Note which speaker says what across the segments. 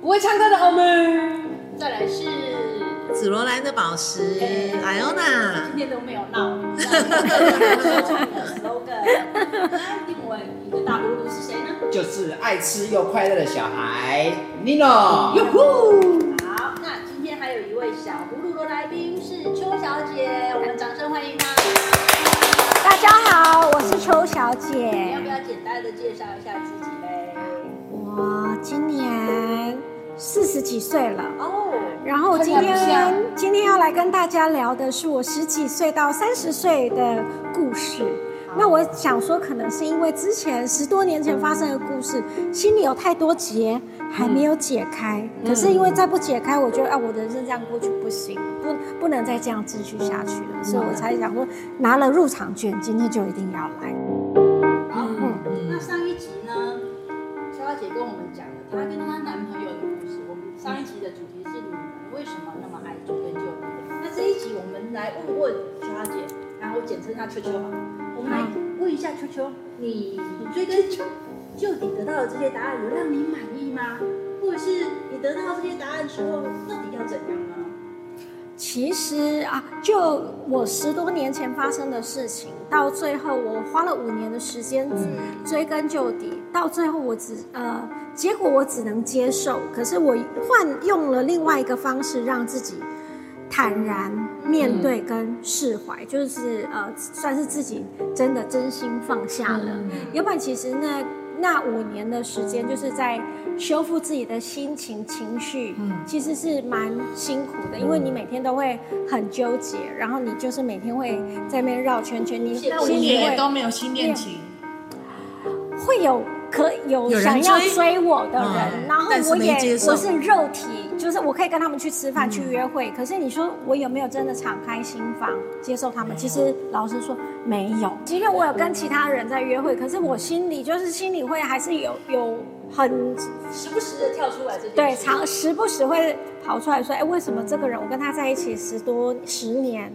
Speaker 1: 不会唱歌的我们，
Speaker 2: 再来是呃
Speaker 3: 紫罗兰的宝石，Iona 嗯
Speaker 2: 今。天都没有闹，这样子说出你的 slogan。那另外一个大葫芦是谁呢？
Speaker 4: 就是爱吃又快乐的小孩 Nino。
Speaker 1: 哟呼！
Speaker 2: 好，那今天还有一位小葫芦的来宾是邱小姐，我们掌声欢迎她。
Speaker 5: 大家好，我是邱小
Speaker 2: 你要
Speaker 5: 姐，
Speaker 2: 不要简单的介绍一下自己嘞？
Speaker 5: 我今年四十几岁了。
Speaker 2: 哦，
Speaker 5: 然后今
Speaker 1: 看起来不
Speaker 5: 天今天要来跟大家聊的是我十几岁到三十岁的故事。那我想说，可能是因为之前十多年前发生的故事，心里有太多结还没有解开。可是因为再不解开，我觉得啊，我的人生这样过去不行，不不能再这样继续下去了，所以我才想说，拿了入场券，今天就一定要来。
Speaker 2: 好，
Speaker 5: 嗯
Speaker 2: 那上一集呢，邱小姐跟我们讲了她跟她男朋友的故事。我们上一集的主题是女人为什么那么爱追根究底。那这一集我们来问问邱小姐，然后简称她秋秋好了。我们来问一下秋秋，你追根究究底得到的这些答案有让你满意吗？或者是你得到这些答案之后，到底要怎样呢？
Speaker 5: 其实啊，就我十多年前发生的事情，到最后我花了五年的时间追根究底，到最后我只呃，结果我只能接受，可是我换用了另外一个方式让自己坦然面对跟释怀，就是呃，算是自己真的真心放下了。原本其实那那五年的时间，就是在修复自己的心情、情绪，其实是蛮辛苦的，因为你每天都会很纠结，然后你就是每天会在那边绕圈圈，你心
Speaker 2: 那
Speaker 5: 里
Speaker 2: 我
Speaker 1: 你也
Speaker 5: 会
Speaker 1: 都没有新恋情，
Speaker 5: 会有可有
Speaker 3: 有人
Speaker 5: 想要
Speaker 3: 追
Speaker 5: 追我的人，
Speaker 3: 嗯
Speaker 5: 然后
Speaker 3: 但是
Speaker 5: 我
Speaker 3: 没
Speaker 5: 也
Speaker 3: 接受嗯
Speaker 5: 我是肉体，就是我可以跟他们去吃饭、去约会，可是你说我有没有真的敞开心房接受他们？其实老实说没有。即便我有跟其他人在约会，可是我心里就是心里会还是有有很
Speaker 2: 时不时的跳出来这件事。
Speaker 5: 对，常时不时会跑出来说，哎，为什么这个人我跟他在一起十多十年，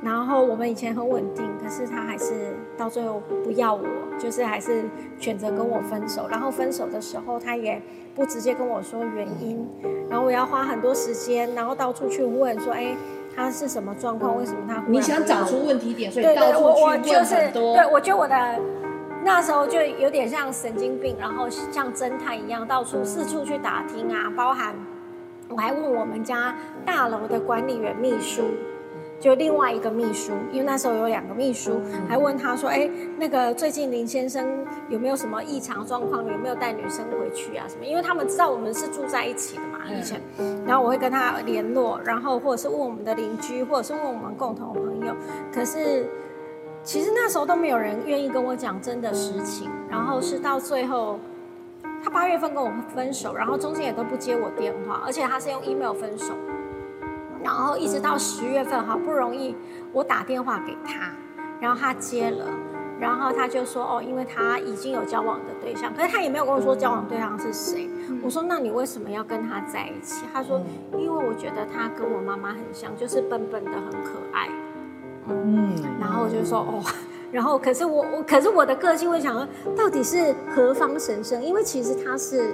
Speaker 5: 然后我们以前很稳定，可是他还是到最后不要我，就是还是选择跟我分手。然后分手的时候，他也不直接跟我说原因，然后我要花很多时间，然后到处去问说，哎，他是什么状况？为什么他忽然
Speaker 1: 你
Speaker 5: 不
Speaker 1: 想
Speaker 5: 要
Speaker 1: 找
Speaker 5: 我
Speaker 1: 出问题点，所以
Speaker 5: 对
Speaker 1: 到
Speaker 5: 对，我我
Speaker 1: 处去
Speaker 5: 就
Speaker 1: 问
Speaker 5: 是
Speaker 1: 很多。
Speaker 5: 对，我觉得我的那时候就有点像神经病，然后像侦探一样到处四处去打听啊，包含我还问我们家大楼的管理员秘书。就另外一个秘书，因为那时候有两个秘书，还问他说：“哎，那个最近林先生有没有什么异常状况？有没有带女生回去啊？什么？因为他们知道我们是住在一起的嘛，以前。然后我会跟他联络，然后或者是问我们的邻居，或者是问我们共同朋友。可是其实那时候都没有人愿意跟我讲真的实情，然后是到最后，他八月份跟我分手，然后中间也都不接我电话，而且他是用 email 分手，然后一直到十月份，好不容易我打电话给他，然后他接了。然后他就说哦，因为他已经有交往的对象，可是他也没有跟我说交往对象是谁。
Speaker 4: 嗯
Speaker 5: 我说那你为什么要跟他在一起？他说因为我觉得他跟我妈妈很像，就是笨笨的，很可爱。
Speaker 4: 嗯，
Speaker 5: 然后我就说哦， 然后可是我我可是我的个性会想说，到底是何方神圣？因为其实他是，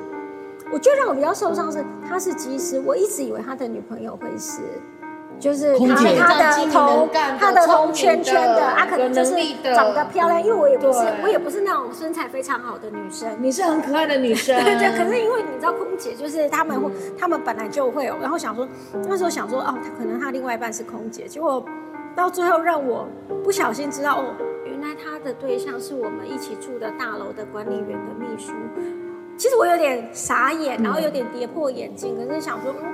Speaker 5: 我觉得让我比较受伤是他是机师，我一直以为他的女朋友会是。就是
Speaker 4: 空
Speaker 5: 他
Speaker 4: 姐
Speaker 5: 他
Speaker 1: 战绩
Speaker 5: 的
Speaker 1: 能
Speaker 5: 头
Speaker 1: 干的
Speaker 5: 他的
Speaker 1: 聪
Speaker 5: 头
Speaker 1: 明
Speaker 5: 圈圈
Speaker 1: 的
Speaker 5: 的，啊，可能
Speaker 1: 有
Speaker 5: 就是
Speaker 1: 能力的
Speaker 5: 长得漂亮，因为我也不是
Speaker 1: 对
Speaker 5: 我也不是那种身材非常好的女生，
Speaker 1: 你是很可爱的女生，
Speaker 5: 对对，可是因为你知道，空姐就是他们会，他们本来就会有，然后想说那时候想说哦，他可能他另外一半是空姐，结果到最后让我不小心知道哦，原来他的对象是我们一起住的大楼的管理员的秘书。其实我有点傻
Speaker 1: 嗯
Speaker 5: 眼，然后有点跌破眼镜，可是想说，嗯，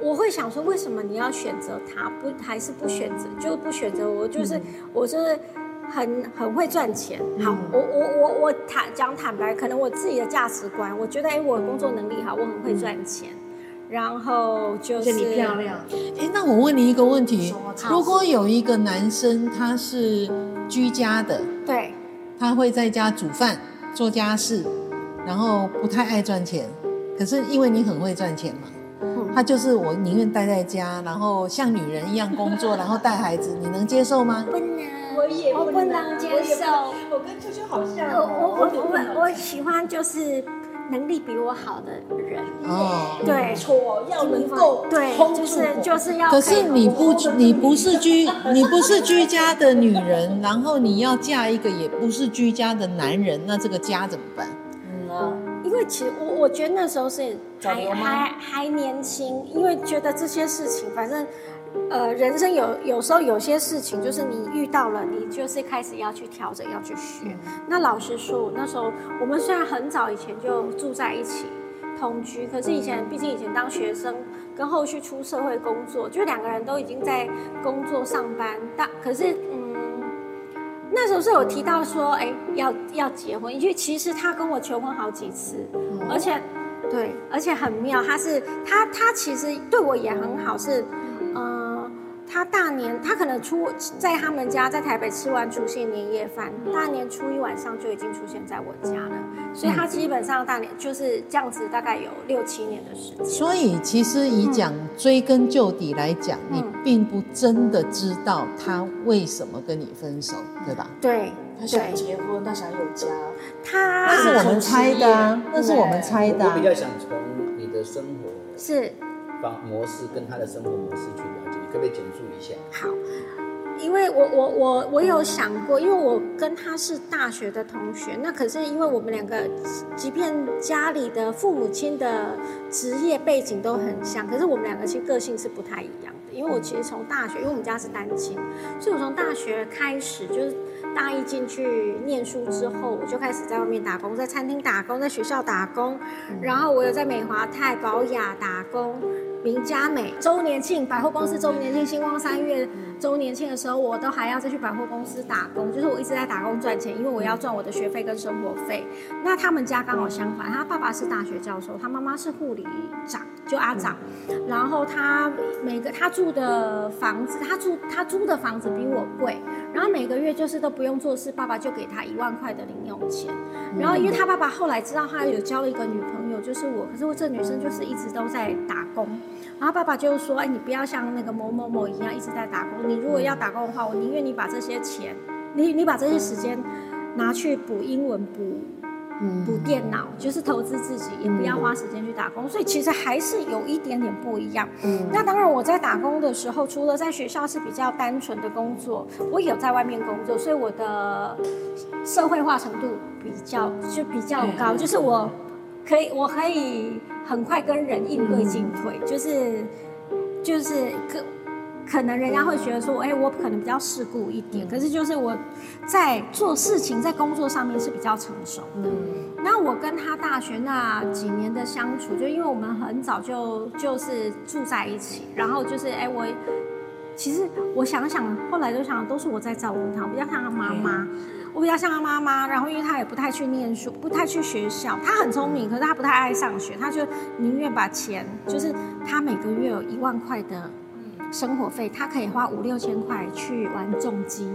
Speaker 5: 我会想说，为什么你要选择他？不，还是不选择？就是不选择我，就是、
Speaker 1: 嗯
Speaker 5: 我就是很很会赚钱。好，我我我我坦讲坦白，可能我自己的价值观，我觉得哎、诶我工作能力好，我很会赚钱，然后就
Speaker 1: 而
Speaker 5: 是
Speaker 1: 且嗯你漂亮，
Speaker 3: 哎，那我问你一个问题
Speaker 1: 说：唱
Speaker 3: 如果有一个男生他是居家的，
Speaker 5: 对，
Speaker 3: 他会在家煮饭、做家事，然后不太爱赚钱，可是因为你很会赚钱嘛，
Speaker 5: 嗯
Speaker 3: 他就是我宁愿待在家，然后像女人一样工 作，然后带孩子，你能接受吗？
Speaker 5: 不能，
Speaker 2: 我也
Speaker 5: 我不能接受。
Speaker 2: 我跟秋秋好像
Speaker 5: 呃我
Speaker 2: 哦，
Speaker 5: 我我
Speaker 2: 也不能
Speaker 5: 我我喜欢就是能力比我好的人，
Speaker 1: 嗯
Speaker 3: 哦。
Speaker 5: 对，
Speaker 1: 错，要能够
Speaker 5: 对，
Speaker 1: 控
Speaker 5: 就
Speaker 1: 制
Speaker 5: 是
Speaker 1: 火
Speaker 5: 就是要
Speaker 3: 可
Speaker 5: 以
Speaker 3: 是你不你不是居你不是居家的女人，然后你要嫁一个也不是居家的男人，那这个家怎么办？
Speaker 1: 嗯啊，
Speaker 5: 因为其实我我觉得那时候是
Speaker 1: 找
Speaker 5: 还
Speaker 1: 流氓
Speaker 5: 还还年轻，因为觉得这些事情，反正呃，人生有有时候有些事情就是你遇到了，你就是开始要去调整，要去学。那老实说，我那时候我们虽然很早以前就住在一起同居，可是以前毕竟以前当学生。跟后续出社会工作，就两个人都已经在工作上班，但可是嗯，那时候是有提到说，哎、要要结婚，因为其实他跟我求婚好几次，而且对，而且很妙，他是他他其实对我也很好，是，呃，他大年他可能出在他们家在台北吃完除夕年夜饭，大年初一晚上就已经出现在我家了，所以他基本上大年就是这样子，大概有六七年的时间。
Speaker 3: 所以其实以讲追根究底来讲，
Speaker 5: 嗯
Speaker 3: 你并不真的知道他为什么跟你分手，对吧？
Speaker 5: 对，
Speaker 1: 他想
Speaker 5: 对，
Speaker 1: 结婚，他想有家，
Speaker 5: 他
Speaker 3: 那是我们猜的啊，那是我们猜的
Speaker 4: 我
Speaker 3: 啊
Speaker 4: 比。较想从你的生活
Speaker 5: 是
Speaker 4: 方模式跟他的生活模式去了解，你可不可以简述一下？
Speaker 5: 好，因为我我我我有想过，因为我跟他是大学的同学，那可是因为我们两个，即便家里的父母亲的职业背景都很像，可是我们两个其实个性是不太一样的。因为我其实从大学，因为我们家是单亲，所以我从大学开始就是大一进去念书之后，我就开始在外面打工，在餐厅打工，在学校打工，然后我有在美华泰、保雅打工。名家美周年庆，百货公司周年庆，星光三月周年庆的时候，我都还要再去百货公司打工，就是我一直在打工赚钱，因为我要赚我的学费跟生活费。那他们家刚好相反，他爸爸是大学教授，他妈妈是护理长，就阿长。然后他每个他住的房子，他住他租的房子比我贵，然后每个月就是都不用做事，爸爸就给他一万块的零用钱。然后因为他爸爸后来知道他有交了一个女朋友，就是我，可是我这女生就是一直都在打工。然后爸爸就说：“哎，你不要像那个某某某一样一直在打工，你如果要打工的话，我宁愿你把这些钱，你你把这些时间拿去补英文，补
Speaker 3: 嗯
Speaker 5: 补电脑，就是投资自己，也不要花时间去打工。所以其实还是有一点点不一样。那当然，我在打工的时候，除了在学校是比较单纯的工作，我也有在外面工作，所以我的社会化程度比较就比较高，就是我可以我可以很快跟人应对进退，就是就是可可能人家会觉得说，哎、我可能比较世故一点，可是就是我在做事情在工作上面是比较成熟的。
Speaker 1: 嗯
Speaker 5: 那我跟他大学那几年的相处，就因为我们很早就就是住在一起，然后就是哎、我。其实我想想，后来就想，都是我在照顾他，我比较像他妈妈，
Speaker 2: 嗯
Speaker 5: 我比较像他妈妈。然后因为他也不太去念书，不太去学校，他很聪明，可是他不太爱上学，他就宁愿把钱，就是他每个月有一万块的生活费，他可以花五六千块去玩重机，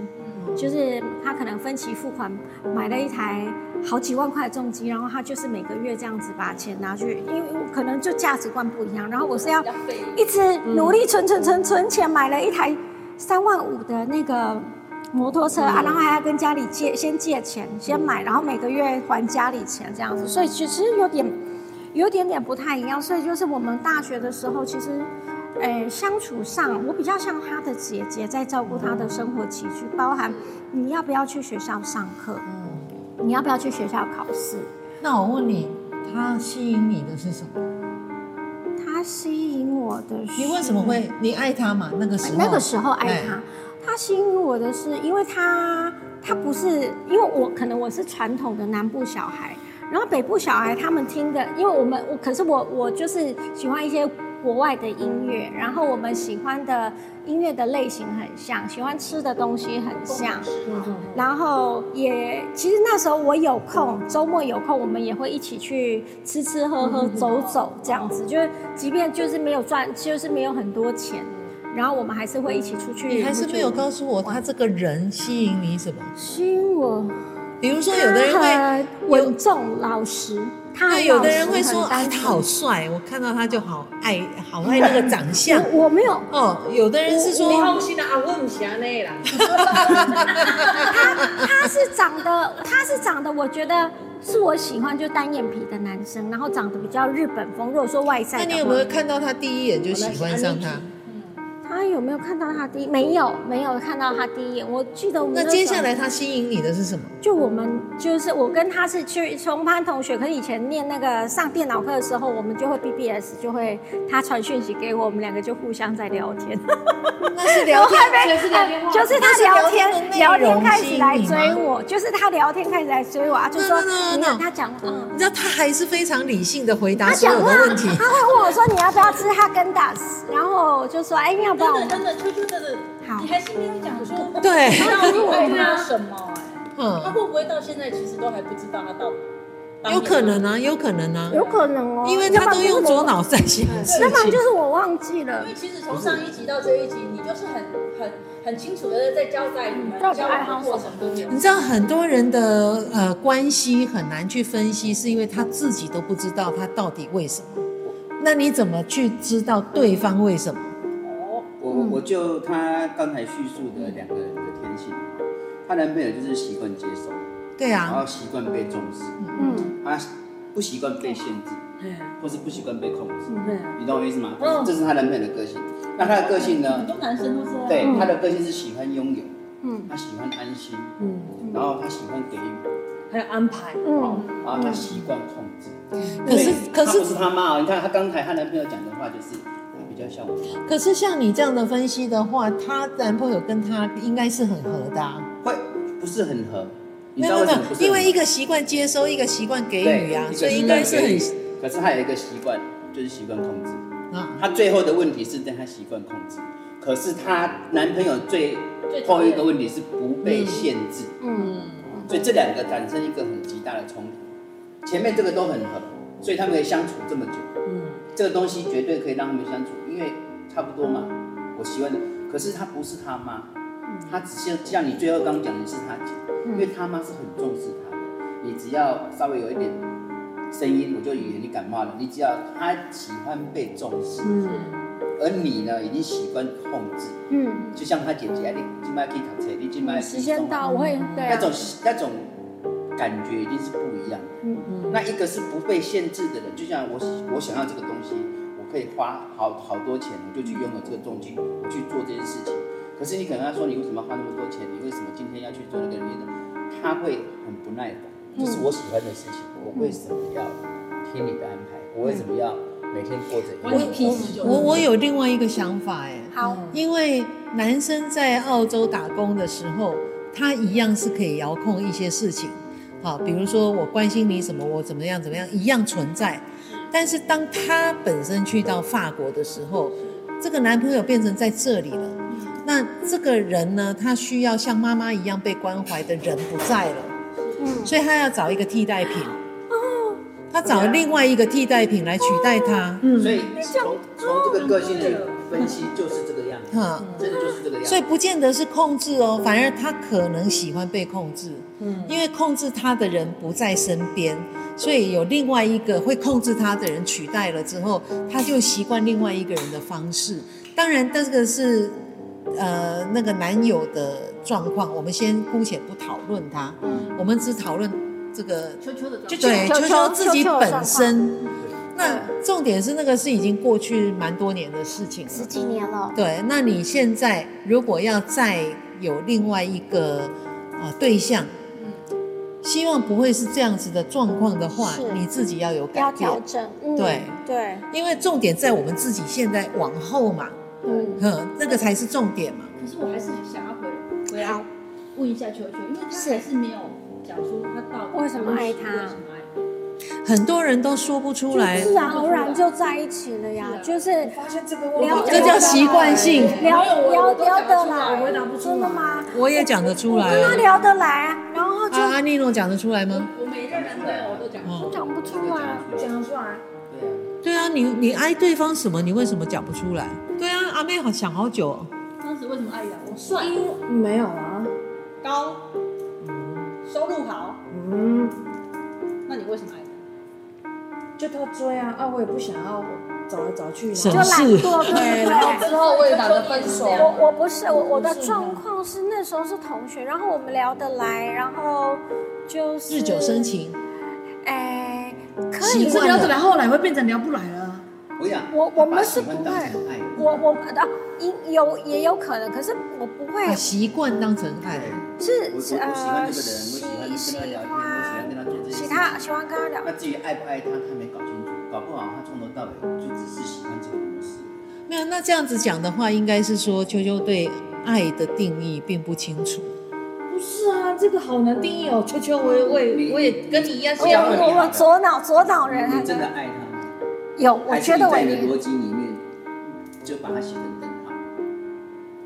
Speaker 5: 就是他可能分期付款买了一台好几万块的重机，然后他就是每个月这样子把钱拿去，因为可能就价值观不一样。然后我是要
Speaker 2: 要费
Speaker 5: 一直努力存存存存钱，买了一台三万五的那个摩托车、
Speaker 3: 嗯
Speaker 5: 啊，然后还要跟家里借，先借钱，先买，然后每个月还家里钱这样子，所以其实有点有点点不太一样。所以就是我们大学的时候，其实。诶，相处上，我比较像他的姐姐，在照顾他的生活起居，包含你要不要去学校上课，你要不要去学校考试，
Speaker 3: 嗯那我问你，他吸引你的是什么？
Speaker 5: 他吸引我的是。
Speaker 3: 你为什么会你爱他嘛？那个时候，
Speaker 5: 那个时候爱他
Speaker 3: 哎，
Speaker 5: 他吸引我的是，因为他他不是因为我可能我是传统的南部小孩，然后北部小孩他们听的，因为我们我可是我我就是喜欢一些国外的音乐，然后我们喜欢的音乐的类型很像，喜欢吃的东西很像，
Speaker 1: 嗯
Speaker 5: 然后也其实那时候我有空，周末有空，我们也会一起去吃吃喝喝、走走这样子，就是即便就是没有赚，就是没有很多钱，然后我们还是会一起出去。
Speaker 3: 你还是没有告诉我他这个人吸引你什么？
Speaker 5: 吸引我，
Speaker 3: 比如说，有的人会，
Speaker 5: 会哎稳重老实，他很
Speaker 3: 对，有的人
Speaker 5: 老实
Speaker 3: 会
Speaker 5: 很
Speaker 3: 说啊，
Speaker 5: 单
Speaker 3: 他
Speaker 5: 纯
Speaker 3: 好帅，我看到他就好爱，好爱那个长 相。
Speaker 5: 我我没有
Speaker 3: 哦，有的人是
Speaker 1: 你
Speaker 3: 说
Speaker 1: 放心啦，啊，我唔是安尼啦，
Speaker 5: 他是长得，他是长得，我觉得是我喜欢就单眼皮的男生，然后长得比较日本风。如果说外在
Speaker 3: 那
Speaker 5: 的话，
Speaker 3: 你有没有看到他第一眼就喜欢上他？
Speaker 5: 他有没有看到他第一？没有，没有看到他第一眼。我记得我们
Speaker 3: 那
Speaker 5: 时候
Speaker 3: 接下来他吸引你的是什么？
Speaker 5: 就我们就是我跟他是去从班同学，可是以前念那个上电脑课的时候，我们就会 BBS，就会他传讯息给我，我们两个就互相在聊 天，
Speaker 3: 那是聊天，
Speaker 2: 就是打电话，
Speaker 5: 就是他
Speaker 3: 啊是聊
Speaker 5: 聊
Speaker 3: 天
Speaker 5: 天
Speaker 3: 的内
Speaker 5: 聊天
Speaker 3: 容
Speaker 5: 开
Speaker 3: 吸
Speaker 5: 始
Speaker 3: 引
Speaker 5: 来
Speaker 3: 你
Speaker 5: 追
Speaker 3: 吗
Speaker 5: 我，就是他聊天开始来追我，啊，就说
Speaker 3: No, no, no,
Speaker 5: 你看
Speaker 3: no.
Speaker 5: 他讲，嗯，
Speaker 3: 你知道他还是非常理性的回答
Speaker 5: 他
Speaker 3: 所
Speaker 5: 讲
Speaker 3: 有的
Speaker 5: 话，
Speaker 3: 问题。
Speaker 5: 他会问我说你要不要吃哈根达斯，然后我就说哎，要不要
Speaker 2: 真的
Speaker 5: 我们
Speaker 2: 真的，秋秋真的，你还是没有讲说，
Speaker 3: 对，
Speaker 2: 到底爱他什么？他
Speaker 3: 嗯，
Speaker 2: 会不会到现在其实都还不知道他到底？
Speaker 3: 有可能啊，有可能啊，
Speaker 5: 有可能哦，
Speaker 3: 因为他都用左脑在想事
Speaker 5: 要不然
Speaker 3: 情
Speaker 5: 就。是我忘记了
Speaker 2: 因为，其实从上一集到这一集，你就是很很很清楚的在交代你们
Speaker 5: 嗯到底
Speaker 2: 交
Speaker 5: 爱
Speaker 2: 往
Speaker 5: 好
Speaker 2: 的过程都有。
Speaker 3: 你知道很多人的呃关系很难去分析，是因为他自己都不知道他到底为什么。那你怎么去知道对方为什么？
Speaker 6: 我
Speaker 1: 嗯
Speaker 6: 我就她刚才叙述的两个人的天性，她男朋友就是习惯接受，
Speaker 3: 对
Speaker 6: 然
Speaker 3: 啊，
Speaker 6: 后习惯被重视，
Speaker 5: 嗯，
Speaker 6: 她不习惯被限制，
Speaker 3: 嗯
Speaker 6: 或是不习惯被控制，
Speaker 1: 嗯
Speaker 6: 你懂我意思吗
Speaker 1: 嗯？
Speaker 6: 这是她男朋友的个性。那她的个性
Speaker 2: 很
Speaker 6: 呢？
Speaker 2: 多男生都是
Speaker 6: 嗯对，
Speaker 5: 嗯
Speaker 6: 她的个性是喜欢拥有，
Speaker 5: 嗯
Speaker 6: 她喜欢安心，
Speaker 1: 嗯，
Speaker 6: 然后她喜欢给予，
Speaker 1: 还有安排，
Speaker 6: 好
Speaker 5: 嗯，
Speaker 6: 然后她习惯控制。
Speaker 3: 可是
Speaker 6: 对
Speaker 3: 可
Speaker 6: 她不
Speaker 3: 是
Speaker 6: 是她妈哦，你看她刚才她男朋友讲的话就是，她比较像我妈。
Speaker 3: 可是像你这样的分析的话，她男朋友跟她应该是很合的、啊。
Speaker 6: 会不是很合，你
Speaker 3: 没
Speaker 6: 知
Speaker 3: 有
Speaker 6: 道为
Speaker 3: 没
Speaker 6: 什
Speaker 3: 有
Speaker 6: 么不，是很合？
Speaker 3: 因为一个习惯接收，一个习惯给
Speaker 6: 对
Speaker 3: 予啊，
Speaker 6: 一个
Speaker 3: 所以应该是
Speaker 6: 习惯给予
Speaker 3: 很
Speaker 6: 可是他有一个习惯，就是习惯控制。
Speaker 3: 啊。
Speaker 6: 他最后的问题是在他习惯控制，可是她男朋友最
Speaker 2: 最讨
Speaker 6: 后
Speaker 2: 厌
Speaker 6: 一个问题是不被限制，
Speaker 5: 嗯，
Speaker 6: 所以这两个产生一个很极大的冲突。前面这个都很合，所以他们可以相处这么久。
Speaker 1: 嗯，
Speaker 6: 这个东西绝对可以让他们相处，因为差不多嘛，我喜欢的。可是她不是他妈，她只是像你最后刚讲的是她姐，因为她妈是很重视她的。你只要稍微有一点声音，我就以为你感冒了。你只要她喜欢被重视，而你呢，已经习惯控制。
Speaker 5: 嗯，
Speaker 6: 就像她姐姐，啊你今麦去读册，你今麦
Speaker 5: 时间到我会对
Speaker 6: 那
Speaker 5: 啊
Speaker 6: 种那种感觉一定是不一样的。
Speaker 5: 嗯
Speaker 6: 那一个是不被限制的人，就像我喜我想要这个东西，我可以花好好多钱，我就去拥有这个东西，我去做这件事情。可是你可能要说，你为什么要花那么多钱？你为什么今天要去做那个女的？他会很不耐烦，这是我喜欢的事情，
Speaker 5: 嗯
Speaker 6: 我为什么要听你的安排？我为什么要
Speaker 5: 嗯
Speaker 6: 每天过着一
Speaker 2: 关
Speaker 6: 样
Speaker 2: 你
Speaker 6: 的
Speaker 2: 屁
Speaker 6: 生活？
Speaker 2: 事就
Speaker 3: 我我有另外一个想法哎、
Speaker 5: 好，
Speaker 3: 因为男生在澳洲打工的时候，他一样是可以遥控一些事情，好，比如说我关心你什么，我怎么样怎么样，一样存在。但是当他本身去到法国的时候，这个男朋友变成在这里了，那这个人呢，他需要像妈妈一样被关怀的人不在了，
Speaker 5: 嗯
Speaker 3: 所以他要找一个替代品。他找另外一个替代品来取代他，
Speaker 6: 所以
Speaker 5: 嗯
Speaker 6: 从从这个个性去分析，就是这个样子，
Speaker 5: 嗯
Speaker 3: 哈、
Speaker 6: 真的就是这个样子。
Speaker 3: 所以不见得是控制哦，反而他可能喜欢被控制，嗯，因为控制他的人不在身边，所以有另外一个会控制他的人取代了之后，他就习惯另外一个人的方式。当然，这个是呃那个男友的状况，我们先姑且不讨论他，
Speaker 5: 嗯
Speaker 3: 我们只讨论这个
Speaker 2: 秋秋的
Speaker 3: 就
Speaker 2: 状态，
Speaker 3: 对，
Speaker 5: 秋秋
Speaker 3: 就说自己
Speaker 5: 秋秋的
Speaker 3: 本身。
Speaker 5: 况
Speaker 3: 那重点是那个是已经过去蛮多年的事情了，
Speaker 5: 十几年了，
Speaker 3: 对，那你现在如果要再有另外一个呃对象，希望不会是这样子的状况的话
Speaker 5: 是，
Speaker 3: 你自己要有改
Speaker 5: 要
Speaker 3: 变
Speaker 5: 调，整，嗯
Speaker 3: 对
Speaker 5: 对，
Speaker 3: 因为重点在我们自己现在往后嘛，
Speaker 5: 嗯，
Speaker 3: 哼，那个才是重点嘛。
Speaker 2: 可是我还是很想要回回
Speaker 5: 好
Speaker 2: 来问一下秋秋，因为他还是没有讲出他到底
Speaker 5: 为什么爱他
Speaker 2: 为什么爱他
Speaker 3: 很多人都说不出来
Speaker 5: 就，自然而然就在一起了呀，就是
Speaker 1: 发现这个问
Speaker 5: 了
Speaker 1: 题，
Speaker 5: 解
Speaker 3: 这叫习惯性。
Speaker 5: 聊
Speaker 2: 我
Speaker 5: 聊
Speaker 2: 我都
Speaker 5: 聊
Speaker 2: 讲不
Speaker 5: 得
Speaker 2: 出来我也拿
Speaker 5: 来，真的吗？
Speaker 3: 我也讲得出来
Speaker 5: 跟他
Speaker 3: 啊。
Speaker 5: 聊得来啊，然后就
Speaker 3: 啊，阿妮诺讲得出来吗？
Speaker 2: 我每一个人对我都讲
Speaker 3: 哦
Speaker 2: 说，
Speaker 5: 讲不
Speaker 6: 这个
Speaker 5: 出来，
Speaker 6: 讲出来，
Speaker 1: 讲出来，
Speaker 6: 对啊。
Speaker 3: 对啊，你你爱对方什么？你为什么讲不出来？对啊，阿妹好想好久、哦。
Speaker 2: 当时为什么爱他？我帅、
Speaker 1: 没有啊，
Speaker 2: 高，收入好，
Speaker 1: 嗯，
Speaker 2: 那你为什么爱他？
Speaker 1: 就他追啊，啊，我也不想要找来找去，
Speaker 3: 是
Speaker 5: 就懒惰，对
Speaker 1: 对，
Speaker 5: 不
Speaker 1: 然
Speaker 5: 对？
Speaker 1: 后之后我也打算分手，
Speaker 5: 我我不是我我的状况是那时候是同学，然后我们聊得来，然后就是
Speaker 3: 日久生情，
Speaker 5: 哎，可
Speaker 1: 习
Speaker 5: 以
Speaker 1: 惯聊
Speaker 5: 问
Speaker 1: 着
Speaker 5: 的。
Speaker 1: 聊，后来会变成聊不来了。
Speaker 6: 我想，
Speaker 5: 我我们是
Speaker 6: 把喜
Speaker 5: 不
Speaker 6: 欢
Speaker 5: 会
Speaker 6: 当成爱，
Speaker 5: 我我啊，因有也有可能，可是我不会
Speaker 3: 把习惯当成爱，
Speaker 5: 是
Speaker 6: 我我
Speaker 5: 是
Speaker 6: 我啊喜欢
Speaker 5: 呃
Speaker 6: 这个人，我喜欢跟他聊天，我喜欢跟他做这些事
Speaker 5: 喜喜他
Speaker 6: 情。
Speaker 5: 喜欢跟他聊，
Speaker 6: 那至于爱不爱他，他没搞清楚，搞不好他从头到尾就只是喜欢这个模式。
Speaker 3: 没有。那这样子讲的话，应该是说秋秋对爱的定义并不清楚。
Speaker 1: 不是啊，这个好难定义哦。秋秋，我也我也我也跟你一样
Speaker 5: 我
Speaker 1: 想
Speaker 6: 要问你
Speaker 5: 我
Speaker 6: 好
Speaker 5: 我
Speaker 3: 啊
Speaker 6: 了
Speaker 5: 左脑左脑人还
Speaker 6: 你嗯真的爱他吗？
Speaker 5: 有，我
Speaker 6: 还是
Speaker 5: 觉
Speaker 6: 你
Speaker 5: 得我
Speaker 6: 在
Speaker 5: 已
Speaker 6: 你的
Speaker 5: 经
Speaker 6: 逻辑里面就把他写成等号？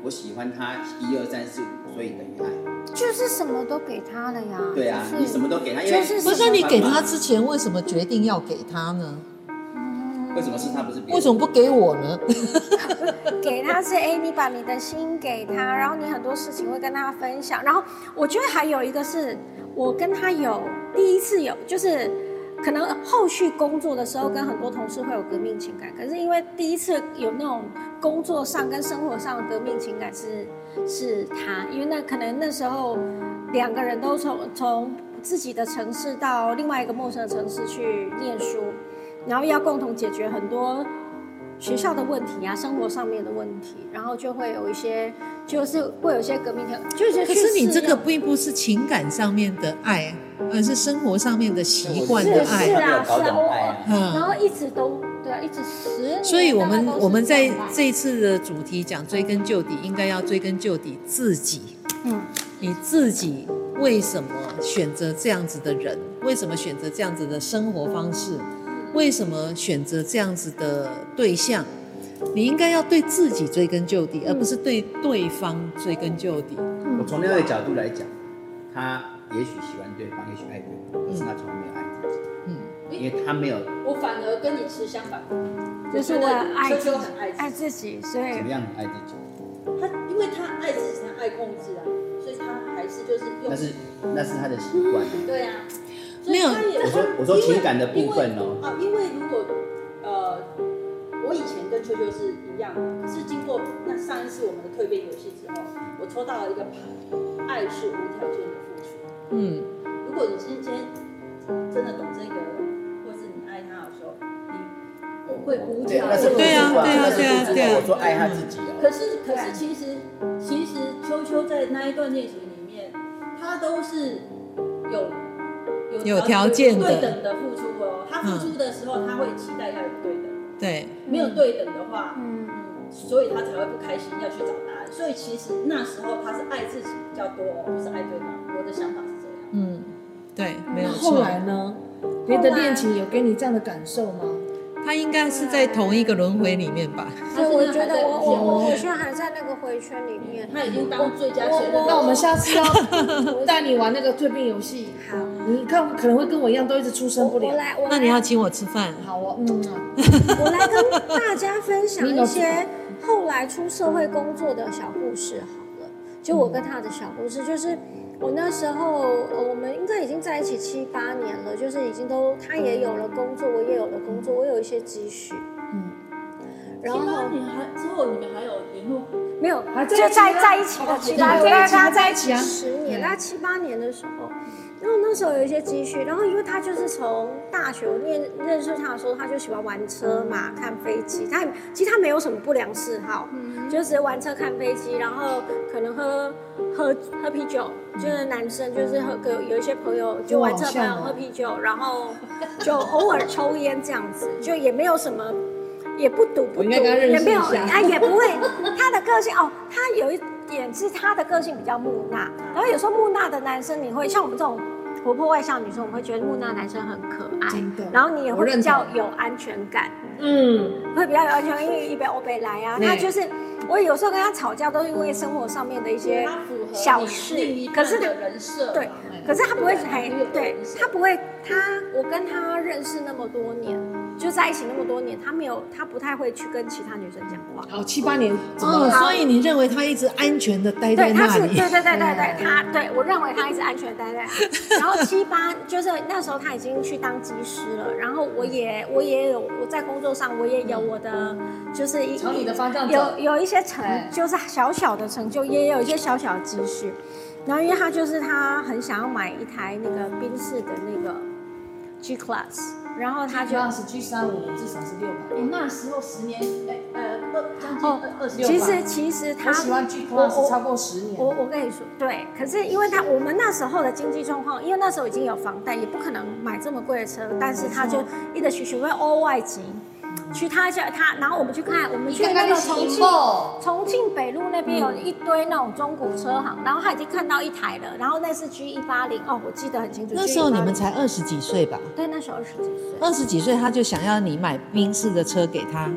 Speaker 6: 我喜欢他一二三四五，所以等于爱。
Speaker 5: 就是什么都给他了呀。
Speaker 6: 对啊，
Speaker 5: 就是
Speaker 6: 你什么都给他，因
Speaker 5: 就
Speaker 6: 为
Speaker 5: 是
Speaker 3: 不是你给他之前，为什么决定要给他呢？
Speaker 6: 为什么是他不是别人？
Speaker 3: 为什么不给我呢？
Speaker 5: 给他是哎，你把你的心给他，然后你很多事情会跟他分享。然后我觉得还有一个是我跟他有第一次有，就是可能后续工作的时候跟很多同事会有革命情感，可是因为第一次有那种工作上跟生活上的革命情感是是他，因为那可能那时候两个人都从从自己的城市到另外一个陌生的城市去念书，然后要共同解决很多学校的问题啊，生活上面的问题，然后就会有一些，就是会有一些革命条，就是
Speaker 3: 可
Speaker 5: 去
Speaker 3: 是啊你
Speaker 5: 适
Speaker 3: 这个
Speaker 5: 应
Speaker 3: 并不是情感上面的爱，而是生活上面的习惯
Speaker 5: 是
Speaker 3: 的
Speaker 5: 是
Speaker 3: 爱。
Speaker 5: 啊
Speaker 6: 搞
Speaker 5: 是啊
Speaker 6: 懂爱啊。
Speaker 5: 然
Speaker 3: 嗯，
Speaker 5: 后一直都对啊，一直十年
Speaker 3: 所以我
Speaker 5: 大概
Speaker 3: 们
Speaker 5: 都是
Speaker 3: 我们
Speaker 5: 这
Speaker 3: 在
Speaker 5: 样吧
Speaker 3: 这一次的主题讲追根究底，应该要追根究底自己。
Speaker 5: 嗯，
Speaker 3: 你自己为什么选择这样子的人？为什么选择这样子的生活方式？为什么选择这样子的对象？你应该要对自己追根究底，而不是对对方追根究底。
Speaker 6: 我从另外一个角度来讲，他也许喜欢对方，也许爱对方，可是他从来没有爱自己，
Speaker 3: 嗯，
Speaker 6: 因为他没有
Speaker 2: 我反而跟你持相反，
Speaker 5: 就是我爱
Speaker 2: 秋
Speaker 5: 自
Speaker 2: 秋
Speaker 5: 己
Speaker 2: 很爱，自
Speaker 5: 爱
Speaker 2: 己，
Speaker 5: 自己，所以
Speaker 6: 怎么样爱自己。
Speaker 2: 他因为他爱自己，他爱控制啊，所以他还是就是用
Speaker 6: 那是那是他的习惯。
Speaker 2: 对啊，
Speaker 3: 没有
Speaker 2: 所以他也
Speaker 6: 我说我说
Speaker 2: 因为
Speaker 6: 情感的部分哦
Speaker 2: 因为啊，因为如果呃，我以前跟秋秋是一样的，可是经过那上一次我们的蜕变游戏之后，我抽到了一个牌，爱是无条件的付出。
Speaker 3: 嗯，
Speaker 2: 如果你今天真的懂这个，或是你爱他的时候，你我会无
Speaker 6: 对，
Speaker 2: 条
Speaker 6: 那是
Speaker 2: 件。
Speaker 6: 对啊，
Speaker 3: 对啊
Speaker 6: 那是付出
Speaker 3: 对啊对啊
Speaker 6: 我说爱他自己哦。
Speaker 2: 可是可是其实其实秋秋在那一段恋情里面，他都是有有
Speaker 3: 有条件
Speaker 2: 有
Speaker 3: 的
Speaker 2: 对
Speaker 3: 嗯
Speaker 2: 等的付出哦。他付出的时候，他会期待要有对等，
Speaker 3: 对，
Speaker 2: 没有对等的话，
Speaker 5: 嗯，
Speaker 2: 嗯，所以他才会不开心，要去找答案。所以其实那时候他是爱自己比较多哦，不是爱对方。我的想法是这样。
Speaker 3: 嗯，对，没有
Speaker 1: 那
Speaker 3: 错。
Speaker 1: 后来呢？别的恋情有给你这样的感受吗？
Speaker 3: 他应该是在同一个轮回里面吧？
Speaker 5: 所以我觉得我我我
Speaker 2: 我
Speaker 5: 我现在还在那个回圈里面。
Speaker 2: 他已经当最佳前任了。
Speaker 1: 那我们下次 要带你玩那个蜕变游戏，
Speaker 5: 好，
Speaker 1: 你看可能会跟我一样都一直出
Speaker 5: 我
Speaker 1: 生不
Speaker 5: 我
Speaker 1: 了。
Speaker 5: 来我来
Speaker 3: 那你要请我吃饭，
Speaker 1: 好哦，嗯啊，
Speaker 5: 我来跟大家分享一些后来出社会工作的小故事好了，就我跟他的小故事，就是我那时候呃我们应该已经在一起七八年了，就是已经都他也有了工作，我也有了工作，我有一些积蓄，
Speaker 1: 嗯
Speaker 5: 嗯，然后
Speaker 2: 你还之后你们还有联络？
Speaker 5: 没有
Speaker 1: 还，在
Speaker 5: 就
Speaker 1: 一起啊
Speaker 5: 在在一起的期
Speaker 1: 对还
Speaker 5: 间，
Speaker 1: 在一起
Speaker 5: 大
Speaker 1: 还
Speaker 5: 家
Speaker 1: 在
Speaker 5: 在
Speaker 1: 一
Speaker 5: 一
Speaker 1: 起
Speaker 5: 起
Speaker 1: 啊
Speaker 5: 十年，大概七八年的时候，然后那时候有一些积蓄，然后因为他就是从大学我念认识他的时候，他就喜欢玩车嘛，看飞机，他也其实他没有什么不良嗜好，
Speaker 1: 嗯
Speaker 5: 就只是玩车看飞机，然后可能喝喝喝啤酒，
Speaker 1: 嗯
Speaker 5: 就是男生就是喝个有一些朋友就玩车
Speaker 1: 哇好
Speaker 5: 朋
Speaker 1: 像
Speaker 5: 友
Speaker 1: 哦
Speaker 5: 喝啤酒，然后就偶尔抽烟这样子，就也没有什么。也不赌不赌，
Speaker 1: 我应该跟他认识
Speaker 5: 也没有
Speaker 1: 一下
Speaker 5: 啊，也不会。他的个性哦，他有一点是他的个性比较木讷，然后有时候木讷的男生，你会像我们这种活泼外向的女生，我们会觉得木讷的男生很可爱
Speaker 1: 真的，
Speaker 5: 然后你也
Speaker 1: 我
Speaker 5: 会
Speaker 1: 认
Speaker 5: 比较
Speaker 1: 同
Speaker 5: 有安全感，
Speaker 1: 嗯，
Speaker 5: 会比较有安全感，因为一杯欧贝来啊，
Speaker 1: 对
Speaker 5: 他就是我有时候跟他吵架，都是因为生活上面的一些
Speaker 2: 他符合
Speaker 5: 小
Speaker 2: 你
Speaker 5: 事
Speaker 2: 另一，
Speaker 5: 可
Speaker 2: 半
Speaker 5: 是
Speaker 2: 的人设吧
Speaker 5: 对
Speaker 2: 哎
Speaker 5: 可是他不会，哎
Speaker 2: 你有，
Speaker 5: 对
Speaker 2: 人设
Speaker 5: 他不会，他我跟他认识那么多年，就在一起那么多年，他没有，他不太会去跟其他女生讲话。
Speaker 1: 好，七八年怎么
Speaker 3: 哦，
Speaker 1: 了？
Speaker 3: 所以你认为他一直安全的待在
Speaker 5: 对，他
Speaker 3: 那
Speaker 5: 是对
Speaker 3: 里？
Speaker 5: 对对对 对，他对我认为他一直安全待在那里。然后七八就是那时候他已经去当技师了，然后我也我也有我在工作上我也有我的就是一
Speaker 1: 朝你的嗯方向走
Speaker 5: 有，有一些成
Speaker 1: 对
Speaker 5: 就是小小的成就，也有一些小小的积蓄。然后因为他就是他很想要买一台那个宾士的那个 G class，然后他
Speaker 1: 他
Speaker 5: 就
Speaker 1: 就要是 G 三五至少是六吧。
Speaker 2: 你那时候十年，哎呃二将近
Speaker 5: 哦
Speaker 2: 二二十六
Speaker 5: 其
Speaker 2: 吧
Speaker 5: 实其实他
Speaker 1: 我喜欢 G
Speaker 5: 啊我
Speaker 1: class 超过十年。
Speaker 5: 我我跟你说，对，可是因为他我们那时候的经济状况，因为那时候已经有房贷，也不可能买这么贵的车，但是他就一直去询问欧外籍，去他家他，然后我们去看，我们去那个重庆。重庆北路那边有一堆那种中古车行，然后他已经看到一台了，然后那是 G 一八零，哦，我记得很清楚。
Speaker 3: 那时候你们
Speaker 5: G180
Speaker 3: 才二十几岁吧？
Speaker 5: 对，那时候二十几岁，
Speaker 3: 二十几岁他就想要你买宾士的车给他，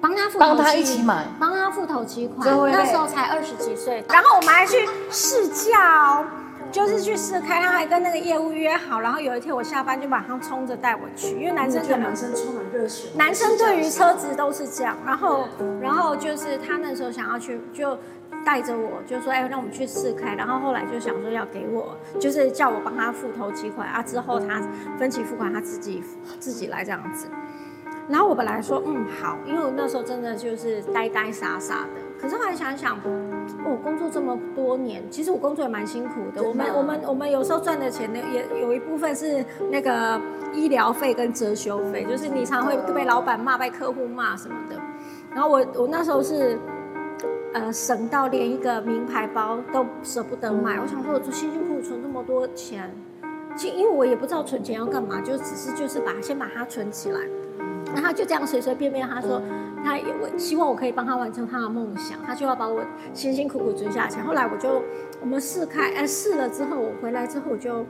Speaker 5: 帮他付，
Speaker 1: 帮他一起买，
Speaker 5: 帮他付头期款
Speaker 1: 这，位
Speaker 5: 那时候才二十几岁，然后我们还去试驾哦，就是去试开，他还跟那个业务约好，然后有一天我下班就马上冲着带我去，因为男生
Speaker 1: 真
Speaker 5: 可
Speaker 1: 的
Speaker 5: 能
Speaker 1: 男生充满热血。
Speaker 5: 男生对于车子都是这样，然后然后就是他那时候想要去就。带着我就说，哎、让我们去试开。然后后来就想说要给我，就是叫我帮他付头期款啊，之后他分期付款他自己自己来这样子。然后我本来说，嗯，好，因为我那时候真的就是呆呆傻傻的。可是后来想想，我、工作这么多年，其实我工作也蛮辛苦的。我们我们我们有时候赚的钱呢，也有一部分是那个医疗费跟遮羞费，就是你常会被老板骂、被客户骂什么的。然后我我那时候是。呃，省到连一个名牌包都舍不得买。我想说，我辛辛苦苦存这么多钱，其实因为我也不知道存钱要干嘛，就只是就是把先把它存起来。然后他就这样随随便便，他说他也我希望我可以帮他完成他的梦想，他就要把我辛辛苦苦存下钱。后来我就我们试开，哎试了之后，我回来之后我就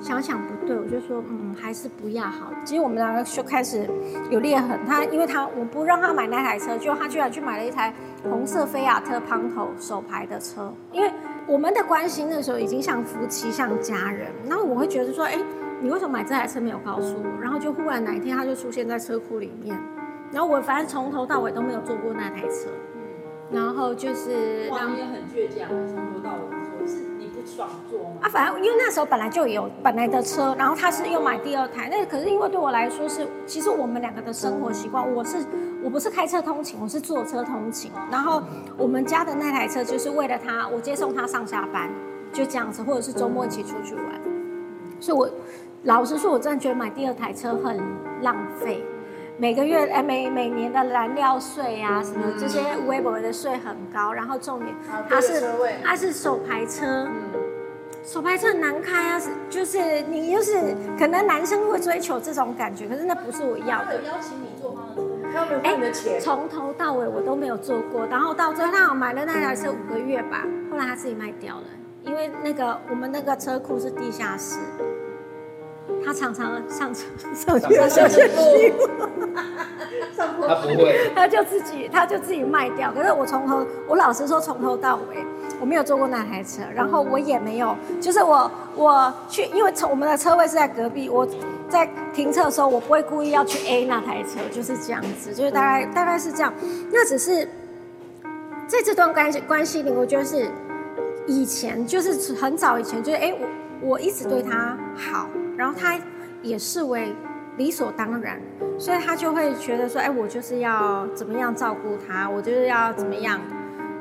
Speaker 5: 想想不对，我就说嗯还是不要好。其实我们两个就开始有裂痕，他因为他我不让他买那台车，就他居然去买了一台红色菲亚特胖头手牌的车，因为我们的关系那时候已经像夫妻像家人，然后我会觉得说哎。你为什么买这台车没有告诉我？然后就忽然哪一天他就出现在车库里面，然后我反正从头到尾都没有坐过那台车，然后就是
Speaker 2: 哇，
Speaker 5: 然后
Speaker 2: 你也很倔强，从头到尾说是你不爽做吗？
Speaker 5: 啊，反正因为那时候本来就有本来的车，然后他是又买第二台，那可是因为对我来说是，其实我们两个的生活习惯，我是我不是开车通勤，我是坐车通勤，然后我们家的那台车就是为了他，我接送他上下班，就这样子，或者是周末一起出去玩，所以我老实说，我真的觉得买第二台车很浪费。每个月哎每每年的燃料税啊，什么这些微博的税很高，然后重点它是它是手排车，手排车很难开啊，是就是你又是可能男生会追求这种感觉，可是那不是我要
Speaker 2: 他
Speaker 5: 的
Speaker 2: 有。邀请你做他的车吗？
Speaker 1: 他们
Speaker 5: 哎
Speaker 1: 换的钱，
Speaker 5: 从头到尾我都没有做过，然后到最后他好像买了那台车五个月吧，后来他自己卖掉了，因为那个我们那个车库是地下室，他常常上车上去的时候就
Speaker 6: 他不会，
Speaker 5: 他就自己他就自己卖掉。可是我从头，我老实说，从头到尾我没有坐过那台车，然后我也没有，就是我我去，因为从我们的车位是在隔壁，我在停车的时候，我不会故意要去 A 那台车，就是这样子，就是大概大概是这样。那只是在这段关系关系里，我觉得是以前就是很早以前，就是哎、我我一直对他好，然后他也视为理所当然，所以他就会觉得说，哎、我就是要怎么样照顾他，我就是要怎么样，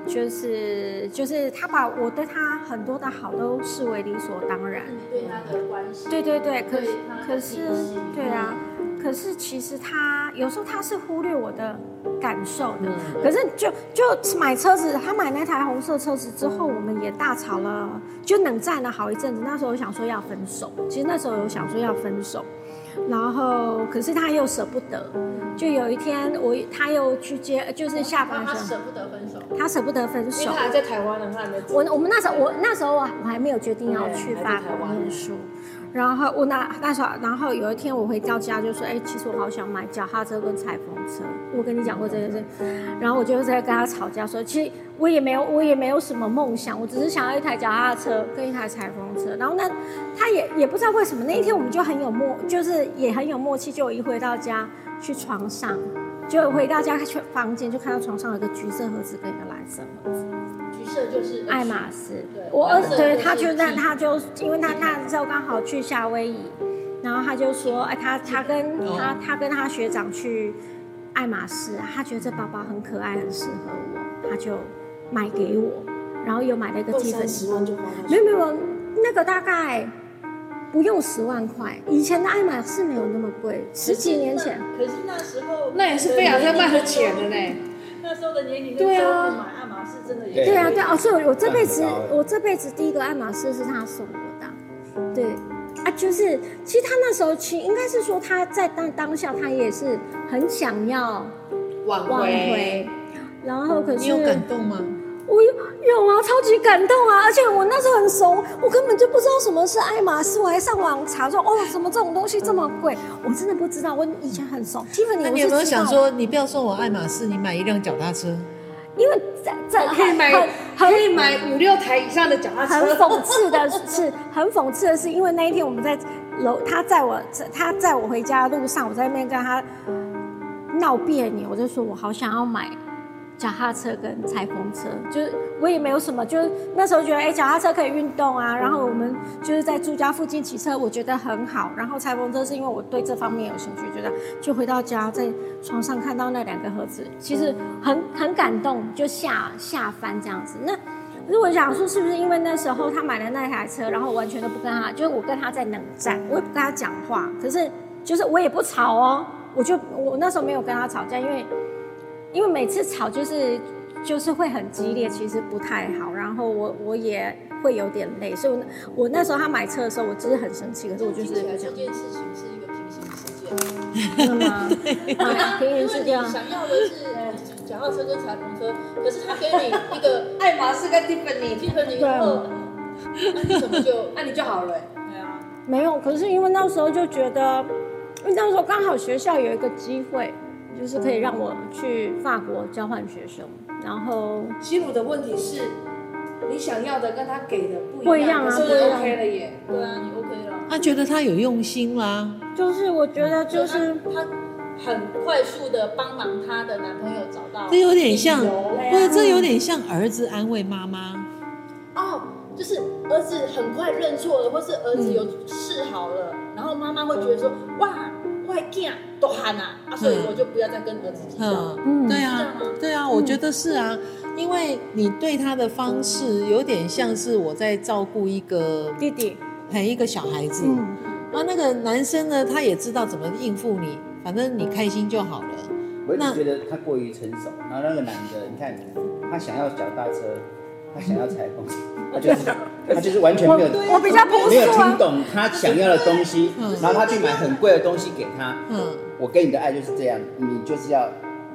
Speaker 5: 就是就是他把我对他很多的好都视为理所当然。
Speaker 2: 你对他的关系，
Speaker 5: 对对对，可
Speaker 2: 对
Speaker 5: 是
Speaker 2: 他
Speaker 5: 可是
Speaker 2: 自己
Speaker 5: 对啊，
Speaker 1: 嗯
Speaker 5: 可是其实他有时候他是忽略我的感受的。
Speaker 1: 嗯
Speaker 5: 可是就就买车子，他买那台红色车子之后，我们也大吵了，就冷战了好一阵子。那时候我想说要分手，其实那时候有想说要分手，然后可是他又舍不得。就有一天我他又去接，就是下班
Speaker 2: 他
Speaker 5: 的时候，
Speaker 2: 舍不得分手，
Speaker 5: 他舍不得分
Speaker 1: 因
Speaker 5: 手
Speaker 1: 为他。还在台湾呢，他还没走。
Speaker 5: 我我们那时候我那时候我我还没有决定要去
Speaker 1: 对
Speaker 5: 法
Speaker 1: 还在台
Speaker 5: 国
Speaker 1: 湾
Speaker 5: 念书，然后我那那时候然后有一天我回到家就说，哎、其实我好想买脚踏车跟彩虹车，我跟你讲过这件事，然后我就在跟他吵架说，其实我也没有我也没有什么梦想，我只是想要一台脚踏车跟一台彩虹车，然后那他也也不知道为什么那一天我们就很有默，就是也很有默契，就我一回到家去床上。就回到家去房间，就看到床上有一个橘色盒子跟一个蓝色盒子。
Speaker 2: 橘色就是呃
Speaker 5: 爱马仕
Speaker 2: 对，
Speaker 5: 我儿子对
Speaker 2: 蓝色的
Speaker 5: 他就
Speaker 2: 就是
Speaker 5: 那他就因为他那时候刚好去夏威夷，然后他就说，哎，他他跟他他跟他学长去爱马仕，他觉得这包包很可爱，很适合我，他就买给我，然后又买了一个
Speaker 1: 二
Speaker 5: 积分
Speaker 1: 三十万就花了。
Speaker 5: 没有没有，没有那个大概不用十万块，以前的爱马仕没有那么贵，十几年前。
Speaker 2: 可是那时候
Speaker 1: 那也是非常在卖的钱的呢。
Speaker 2: 那时候的年龄跟
Speaker 1: 对
Speaker 2: 收
Speaker 1: 啊
Speaker 2: 入买爱马仕真的
Speaker 4: 对
Speaker 2: 也
Speaker 5: 对啊，对啊，哦所以我这辈子
Speaker 4: 那很高欸
Speaker 5: 我这辈子第一个爱马仕是他送我的啊，对啊，就是其实他那时候其应该是说他在当当下他也是很想要
Speaker 1: 挽
Speaker 5: 挽回，然后可是
Speaker 3: 你有感动吗？
Speaker 5: 我有有啊，超级感动啊！而且我那时候很怂，我根本就不知道什么是爱马仕，我还上网查说哦，怎么这种东西这么贵？我真的不知道，我以前很怂。Tiffany，
Speaker 3: 那
Speaker 5: 我
Speaker 3: 你
Speaker 5: 是
Speaker 3: 有没有
Speaker 5: 知
Speaker 3: 想
Speaker 5: 道
Speaker 3: 说，你不要送我爱马仕，你买一辆脚踏车？
Speaker 5: 因为在在
Speaker 1: 可以买
Speaker 5: 很
Speaker 1: 可以买五六台以上的脚踏
Speaker 5: 很
Speaker 1: 车，
Speaker 5: 讽刺的是，很讽刺的是，因为那一天我们在楼，他载我，他载我回家的路上，我在那边跟他闹别扭，我就说我好想要买脚踏车跟裁缝车，就是我也没有什么，就是那时候觉得哎，诶脚、踏车可以运动啊，然后我们就是在住家附近骑车，我觉得很好。然后裁缝车是因为我对这方面有兴趣，觉得就回到家在床上看到那两个盒子，其实很很感动，就下下翻这样子。那可是我想说，是不是因为那时候他买了那台车，然后我完全都不跟他，就是我跟他在冷战，我也不跟他讲话，可是就是我也不吵哦，我就我那时候没有跟他吵架，因为因为每次吵就是就是会很激烈，其实不太好，然后我我也会有点累，所以我那我那时候他买车的时候，我只是很生气，可是我就是
Speaker 2: 听起来
Speaker 5: 这
Speaker 2: 这
Speaker 5: 样，
Speaker 2: 件事情是一个平行世界。
Speaker 5: 真的 吗？啊平
Speaker 2: 因
Speaker 5: 原
Speaker 2: 为
Speaker 5: 是
Speaker 2: 你
Speaker 5: 这样。
Speaker 2: 想要的是脚踏车跟裁缝车，可是他给你一个
Speaker 1: 爱马仕跟 Tiffany，
Speaker 2: Tiffany 以后，那你怎么就？
Speaker 1: 那你就好了。欸
Speaker 2: 对啊，
Speaker 5: 没有，可是因为那时候就觉得，因为那时候刚好学校有一个机会，就是可以让我去法国交换学生，然后
Speaker 1: 西鲁的问题是，你想要的跟他给的
Speaker 5: 不
Speaker 1: 不
Speaker 5: 一
Speaker 1: 一
Speaker 5: 样
Speaker 1: 样，
Speaker 5: 啊
Speaker 1: 所以
Speaker 5: 不一样
Speaker 1: OK 了耶。
Speaker 2: 对啊，你 OK 了。
Speaker 3: 他觉得他有用心啦，
Speaker 5: 就是我觉得就是
Speaker 2: 她很快速的帮忙她的男朋友找到
Speaker 3: 这有啊点像，
Speaker 2: 理由
Speaker 3: 不是这有点像儿子安慰妈妈。
Speaker 2: 哦，就是儿子很快认错了，或是儿子有示好了，然后妈妈会觉得说哇，外囝都喊啊，啊，所以我就不要再跟儿子计较。
Speaker 3: 嗯，
Speaker 5: 嗯
Speaker 3: 对
Speaker 2: 是这
Speaker 3: 啊
Speaker 2: 样吗，
Speaker 3: 对啊，我觉得是啊，因为你对他的方式有点像是我在照顾一个
Speaker 5: 弟弟，
Speaker 3: 陪一个小孩子，
Speaker 5: 嗯，
Speaker 3: 那那个男生呢，他也知道怎么应付你，反正你开心就好了。
Speaker 6: 我一
Speaker 3: 那
Speaker 6: 直觉得他过于成熟。然后那个男的，你看，他想要脚踏车，他想要裁缝， 他就是他就是完全没有
Speaker 5: 我比较朴
Speaker 6: 没有
Speaker 5: 素
Speaker 6: 听
Speaker 5: 啊，
Speaker 6: 懂他想要的东西
Speaker 3: 嗯，
Speaker 6: 然后他去买很贵的东西给他。
Speaker 3: 嗯，
Speaker 6: 我给你的爱就是这样，你就是要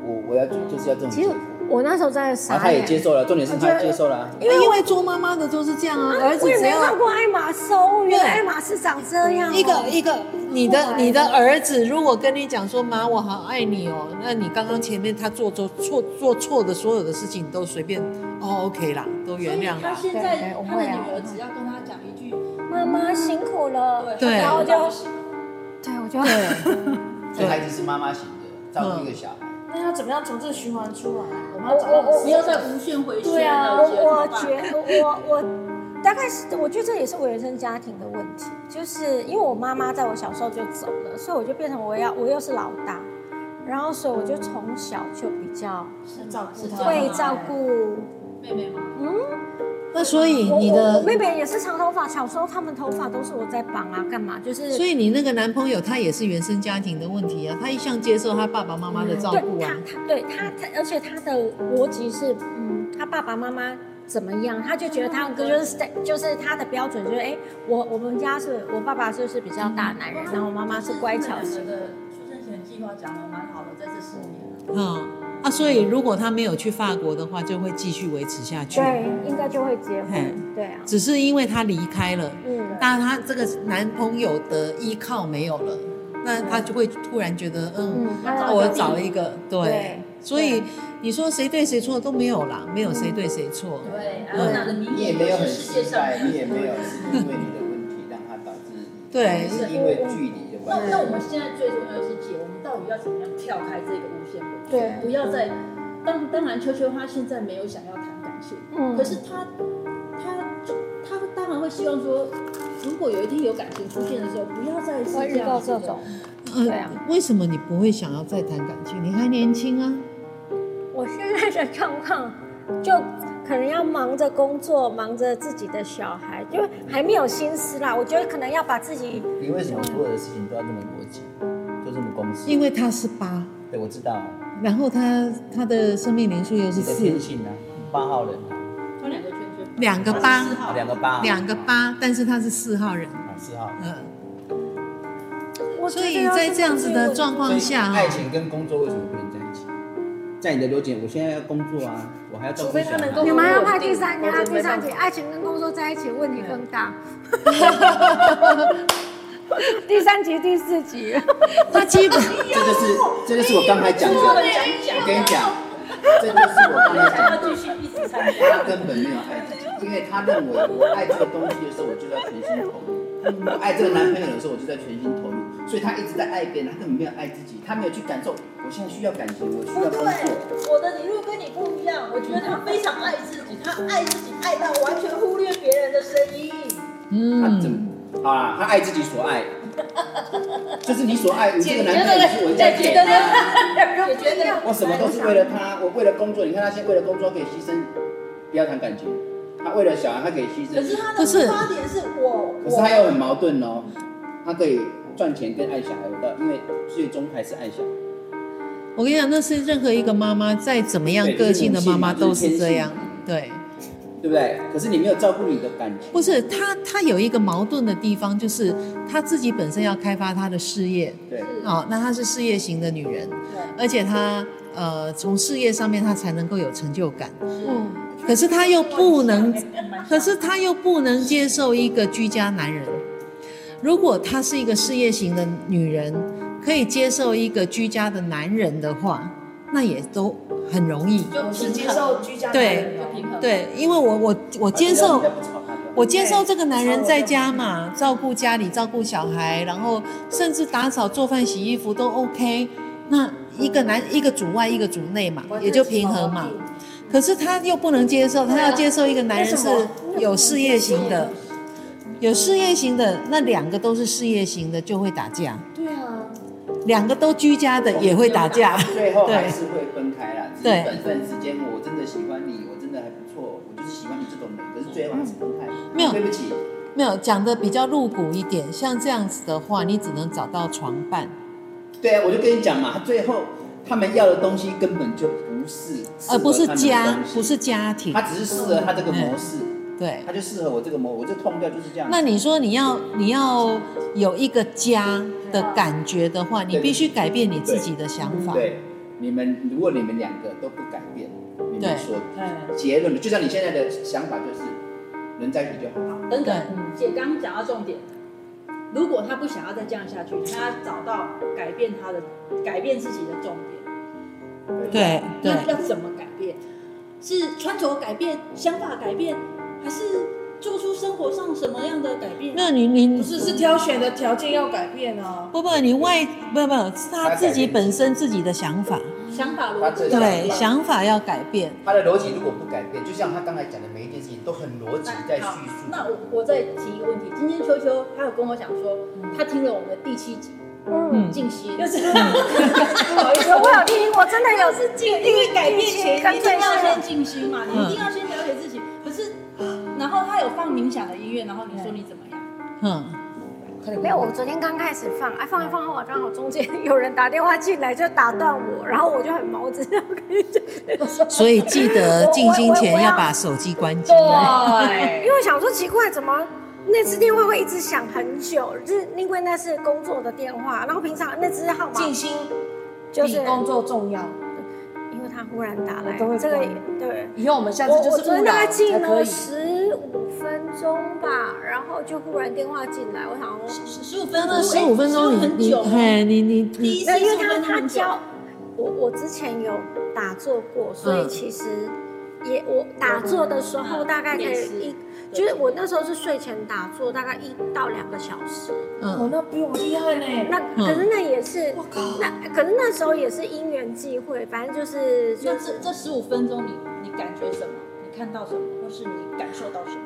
Speaker 6: 我我要就是要这种
Speaker 5: 其
Speaker 6: 结
Speaker 5: 实
Speaker 6: 果。
Speaker 5: 我那时候真的傻
Speaker 3: 啊
Speaker 6: 然
Speaker 5: 眼，
Speaker 6: 后他也接受了，重点是他
Speaker 5: 我觉得
Speaker 6: 接受了啊。
Speaker 3: 因为因为做妈妈的都是这样啊，儿子
Speaker 5: 我也
Speaker 3: 只
Speaker 5: 没
Speaker 3: 要
Speaker 5: 看过爱马仕哦，原来
Speaker 3: 对
Speaker 5: 爱马仕长这样哦、
Speaker 3: 一个一个，你
Speaker 5: 后
Speaker 3: 的
Speaker 5: 来
Speaker 3: 你的儿子如果跟你讲说妈，我好爱你哦，那你刚刚前面他做做错做错的所有的事情，你都随便哦 OK 啦，都
Speaker 2: 所
Speaker 3: 原
Speaker 2: 以
Speaker 3: 谅
Speaker 2: 他
Speaker 3: 啦。
Speaker 2: 现在
Speaker 5: 对我
Speaker 2: 他
Speaker 5: 会
Speaker 2: 的
Speaker 5: 啊
Speaker 2: 女儿只要跟他讲一句，
Speaker 5: 妈妈辛苦了，
Speaker 3: 对
Speaker 5: 然后就
Speaker 2: 她就
Speaker 5: 对我就
Speaker 3: 对，
Speaker 6: 这孩子是妈妈型的，照顾一个小孩。
Speaker 1: 那要怎么样从这个循环出来啊？我们
Speaker 5: 我
Speaker 1: 要找到
Speaker 5: 我我
Speaker 2: 不要再无限回旋
Speaker 1: 对啊
Speaker 2: 了，
Speaker 5: 我
Speaker 2: 觉得怎么
Speaker 5: 我
Speaker 2: 办
Speaker 5: 觉我我我大概是，我觉得这也是我原生家庭的问题，就是因为我妈妈在我小时候就走了，所以我就变成我要我又是老大，然后所以我就从小就比较
Speaker 2: 是
Speaker 1: 照顾
Speaker 2: 是
Speaker 1: 她
Speaker 5: 会照顾。
Speaker 2: 妹妹吗？
Speaker 3: 那所以
Speaker 5: 我
Speaker 3: 你
Speaker 5: 我
Speaker 3: 的
Speaker 5: 我，妹妹也是长头发，小时候他们头发都是我在绑啊，干嘛就是。
Speaker 3: 所以你那个男朋友他也是原生家庭的问题啊，他一向接受他爸爸妈妈的照
Speaker 5: 对
Speaker 3: 顾
Speaker 5: 他
Speaker 3: 啊，，
Speaker 5: 他对他，他而且他的逻辑是，嗯，他爸爸妈妈怎么样，他就觉得他哥就是 sta- 就是他的标准就是，哎，我我们家是我爸爸就是比较大男人，然后我妈妈是乖巧型。
Speaker 2: 的出生前计划讲的蛮好的，在这四年。
Speaker 3: 嗯。啊，所以如果他没有去法国的话，就会继续维持下去。
Speaker 5: 对，应该就会结
Speaker 3: 嘿
Speaker 5: 婚。对啊，
Speaker 3: 只是因为他离开了，
Speaker 5: 嗯，
Speaker 3: 那他这个男朋友的依靠没有了，那他就会突然觉得，嗯，
Speaker 5: 嗯，
Speaker 3: 那
Speaker 5: 他
Speaker 3: 我找了一个，对
Speaker 5: 对，啊
Speaker 3: 所以你说谁对谁错都没有啦，没有谁对谁错，
Speaker 2: 对，安娜的名
Speaker 6: 你也
Speaker 2: 义
Speaker 6: 没有很
Speaker 2: 是世界
Speaker 6: 失
Speaker 2: 上
Speaker 6: 败，你也没有是因为你的问题让他导致，
Speaker 3: 对
Speaker 6: 是因为距离的
Speaker 2: 那
Speaker 6: 关
Speaker 2: 那
Speaker 6: 系。
Speaker 2: 我们现在最重要的是姐，我们到底要怎么样跳开这个无限回
Speaker 5: 对
Speaker 2: 圈？不要再当当然，秋秋她现在没有想要谈感情，
Speaker 5: 嗯
Speaker 2: 可是她她她当然会希望说，如果有一天有感情出现的时候，不要再是
Speaker 5: 会
Speaker 2: 这
Speaker 5: 遇
Speaker 2: 样
Speaker 5: 到
Speaker 2: 子的
Speaker 5: 这种。，
Speaker 3: 嗯
Speaker 5: 对啊，
Speaker 3: 为什么你不会想要再谈感情？你还年轻啊，
Speaker 5: 我现在的状况就可能要忙着工作，忙着自己的小孩，因为还没有心思啦。我觉得可能要把自己
Speaker 4: 你为什么所有的事情都要这么逻辑，就这么公式？
Speaker 3: 因为他是八，
Speaker 4: 对我知道
Speaker 3: 然后他他的生命灵数又是
Speaker 4: 你的
Speaker 3: 四
Speaker 4: 天，性啊，八号人
Speaker 6: 啊
Speaker 2: 有两个圈圈，
Speaker 3: 两个八
Speaker 2: 四号
Speaker 4: 啊，两个八，
Speaker 3: 两个八，但是他是四号人，
Speaker 4: 啊四号。
Speaker 3: 嗯，
Speaker 5: 我觉
Speaker 3: 所
Speaker 5: 得
Speaker 3: 以
Speaker 5: 要
Speaker 3: 在
Speaker 5: 是
Speaker 3: 这样子的
Speaker 5: 不去
Speaker 3: 状况下，啊
Speaker 4: 爱情跟工作为什么不能在一起？在你的刘姐，我现在要工作啊，我还要照
Speaker 1: 除
Speaker 4: 顾
Speaker 1: 非
Speaker 4: 小
Speaker 1: 他能
Speaker 4: 孩。
Speaker 1: 够
Speaker 5: 你
Speaker 1: 有
Speaker 5: 们还要
Speaker 1: 稳
Speaker 5: 怕
Speaker 1: 定
Speaker 5: 第三，你
Speaker 1: 我
Speaker 5: 还要
Speaker 1: 就
Speaker 5: 第
Speaker 1: 没
Speaker 5: 三
Speaker 1: 办
Speaker 5: 题，
Speaker 1: 法
Speaker 5: 爱情跟工作在一起问题更 大。第三集、第四集，
Speaker 3: 他基本
Speaker 6: 这就是这就是我刚才讲的，我跟你讲，这就是我刚才
Speaker 2: 还要
Speaker 6: 讲的，
Speaker 2: 继续一直参加。
Speaker 6: 他根本没有爱自己，因为他认为我爱这个东西的时候，我就要全心投入；我爱这个男朋友的时候，我就在全心投入，所以他一直在爱别人，他根本没有爱自己，他没有去感受我现在需要感情，我需
Speaker 2: 不
Speaker 6: 要工作。
Speaker 2: 对，我的理论跟你不一样。我觉得他非常爱自己，他爱自己爱到完全忽略别人的声音。
Speaker 6: 他
Speaker 3: 嗯
Speaker 6: 怎么？好啦，他爱自己所爱，就是你所爱，你这个男朋友是我在
Speaker 2: 解
Speaker 6: 给
Speaker 2: 决。的，解决的。
Speaker 6: 我什么都是为了他，我为了工作，你看他现在为了工作可以牺牲，不要谈感情，他为了小孩他可以牺
Speaker 2: 可是
Speaker 6: 牲，
Speaker 2: 他的
Speaker 3: 不是
Speaker 2: 出发点是我，
Speaker 6: 可是
Speaker 2: 我
Speaker 6: 他又很矛盾哦，他可以赚钱跟爱小孩，我到因为最终还是爱小孩。
Speaker 3: 我跟你讲，那是任何一个妈妈再怎么样
Speaker 6: 对
Speaker 3: 个性的妈妈
Speaker 6: 就是
Speaker 3: 都
Speaker 6: 人性嘛
Speaker 3: 是这样
Speaker 6: 就是天
Speaker 3: 对，
Speaker 6: 性，对不对？可是你没有照顾你的感情，
Speaker 3: 不是他他有一个矛盾的地方，就是他自己本身要开发他的事业，
Speaker 6: 对，
Speaker 3: 啊、那她是事业型的女人，
Speaker 2: 对
Speaker 3: 而且她呃从事业上面她才能够有成就感，
Speaker 5: 嗯，
Speaker 3: 可是她又不能，可
Speaker 2: 可
Speaker 3: 是她又不能接受一个居家男人。如果她是一个事业型的女人，可以接受一个居家的男人的话，那也都很容易。
Speaker 1: 我是接受居家
Speaker 3: 对
Speaker 1: 男人的
Speaker 2: 平衡。
Speaker 3: 对，因为我我我接受
Speaker 6: 只要你不吵他就好
Speaker 3: 我接受这个男人在家嘛，照顾家里，照顾小孩，然后甚至打扫、做饭、洗衣服都 OK。那一个男一个主外，一个主内嘛，也就平衡嘛。可是他又不能接受，他要接受一个男人是有事业型的，有事业型的，那两个都是事业型的就会打架，
Speaker 1: 对啊，
Speaker 3: 两个都居家的也会打架。
Speaker 6: 最后还
Speaker 3: 对
Speaker 6: 是会分开啦。只
Speaker 3: 对
Speaker 6: 是短暂时间，我真的喜欢你，我真的还不错，我就是喜欢你这种人，可是最后还是分开。
Speaker 3: 没有
Speaker 6: 对不起，
Speaker 3: 没有讲的比较露骨一点，像这样子的话，你只能找到床伴。
Speaker 6: 对啊，我就跟你讲嘛，他最后他们要的东西根本就不是，
Speaker 3: 而呃不是家，不
Speaker 6: 不
Speaker 3: 是，家庭
Speaker 6: 他，只是适合他这个模式，
Speaker 3: 对。
Speaker 6: 他就适合我这个模，我这痛掉就是这样。
Speaker 3: 那你说你要你要有一个家的感觉的话，你必须改变你自己的想法。
Speaker 6: 对，你们如果你们两个都不改变，你
Speaker 3: 对
Speaker 6: 们所
Speaker 1: 哎，
Speaker 6: 结论的，就像你现在的想法就是，能在一起就好。
Speaker 2: 等
Speaker 3: 对
Speaker 2: 等，姐刚刚讲到重点，如果他不想要再这样下去，他要找到改变他的、改变自己的重点。
Speaker 3: 对对
Speaker 2: 那要怎么改变？是穿着改变、想法改变，还是做出生活上什么样的改变？
Speaker 3: 那你你
Speaker 1: 不是是挑选的条件要改变啊。
Speaker 3: 不不你外不不是他自己本身自己的想法，
Speaker 2: 想法
Speaker 6: 他
Speaker 2: 逻
Speaker 6: 这
Speaker 2: 辑
Speaker 3: 对想法要改变。
Speaker 6: 他的逻辑如果不改变，就像他刚才讲的每一件事情都很逻辑在叙述。
Speaker 2: 那我我再提一个问题，今天秋秋她有跟我讲说，她听了我们的第七集
Speaker 5: 嗯，
Speaker 2: 静心，
Speaker 1: 就是不好意思，
Speaker 5: 我有听，我真的有是静，
Speaker 2: 因为改变前
Speaker 5: 跟
Speaker 2: 一定
Speaker 5: 最
Speaker 2: 要
Speaker 5: 先
Speaker 2: 先静心嘛，你一定要先了解自己。可是，然后他有放冥想的音乐，然后你说你怎么样？
Speaker 3: 嗯，
Speaker 5: 没有，我昨天刚开始放，哎，放一放后，我刚好中间有人打电话进来，就打断我，然后我就很毛子，我跟你讲，
Speaker 3: 所以记得进京前要把手机关机。
Speaker 5: 因
Speaker 1: 对，
Speaker 5: 为我想说奇怪，怎么那次电话会一直响很久？就是因为那是工作的电话，然后平常那只号码
Speaker 1: 静心
Speaker 5: 就
Speaker 1: 比
Speaker 5: 是
Speaker 1: 工作重要。
Speaker 5: 因为他忽然打来，
Speaker 1: 我都会
Speaker 5: 这个
Speaker 1: 关
Speaker 5: 也对。
Speaker 1: 以后我们下次
Speaker 5: 我
Speaker 1: 就
Speaker 5: 我
Speaker 1: 是
Speaker 5: 昨天
Speaker 1: 勿
Speaker 5: 大概
Speaker 1: 扰才
Speaker 5: 静
Speaker 1: 可
Speaker 5: 了
Speaker 1: 以。
Speaker 5: 十五分钟吧，然后就忽然电话进来，我想哦说，
Speaker 2: 十五分钟，
Speaker 3: 十五分钟
Speaker 1: 哎
Speaker 2: 很
Speaker 3: 哎你你
Speaker 2: 久。
Speaker 1: 啊
Speaker 3: 嘿你你你
Speaker 2: 第一次
Speaker 5: 嗯那因为
Speaker 2: 15
Speaker 5: 他
Speaker 2: 分钟
Speaker 5: 他
Speaker 2: 很久
Speaker 5: 教我，我之前有打坐过，所以
Speaker 3: 嗯
Speaker 5: 其实也我打坐的时候
Speaker 2: 嗯
Speaker 5: 大概可
Speaker 2: 也
Speaker 5: 以
Speaker 2: 是
Speaker 5: 一，就是我那时候是睡前打坐，大概一到两个小时。
Speaker 1: 哦
Speaker 3: 嗯，
Speaker 1: 那比我厉害呢。
Speaker 5: 那
Speaker 3: 嗯
Speaker 5: 可是那也是，那可是那时候也是因缘际会，反正就是就
Speaker 2: 那
Speaker 5: 是
Speaker 2: 这这十五分钟你你感觉什么？你看到什么，或是你感受到什么？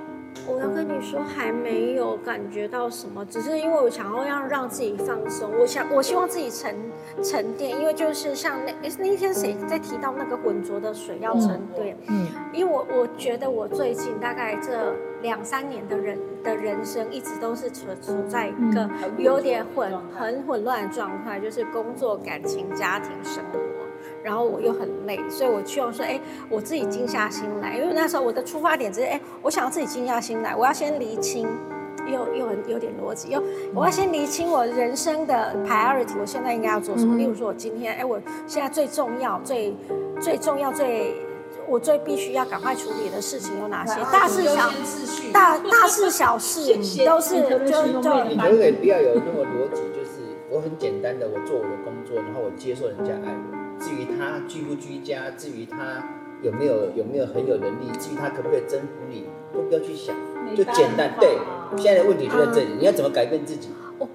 Speaker 5: 我要跟你说，还没有感觉到什么，只是因为我想要让让自己放松，我想我希望自己沉沉淀，因为就是像那那一天谁在提到那个浑浊的水要沉淀，
Speaker 3: 嗯，
Speaker 5: 因为我我觉得我最近大概这两三年的人的人生一直都是处处在一
Speaker 3: 嗯
Speaker 5: 个有点混很混乱的状态，就是工作、感情、家庭、生活，然后我又很累，所以我希望说，哎，我自己静下心来，因为那时候我的出发点就是，哎，我想要自己静下心来，我要先厘清。又又很有点逻辑，又我要先厘清我人生的 priority，我现在应该要做什么？例如说，我今天，哎，我现在最重要、最最重要、最我最必须要赶快处理的事情有哪些？大事小大大事小事都是就就
Speaker 4: 你可不可以不要有那么逻辑？就是我很简单的，我做我的工作，然后我接受人家爱我。至于他居不居家，至于他有没有有没有很有能力，至于他可不可以征服你，都不要去想，就简单。对，现在的问题就在这里，你要怎么改变自己？
Speaker 5: 我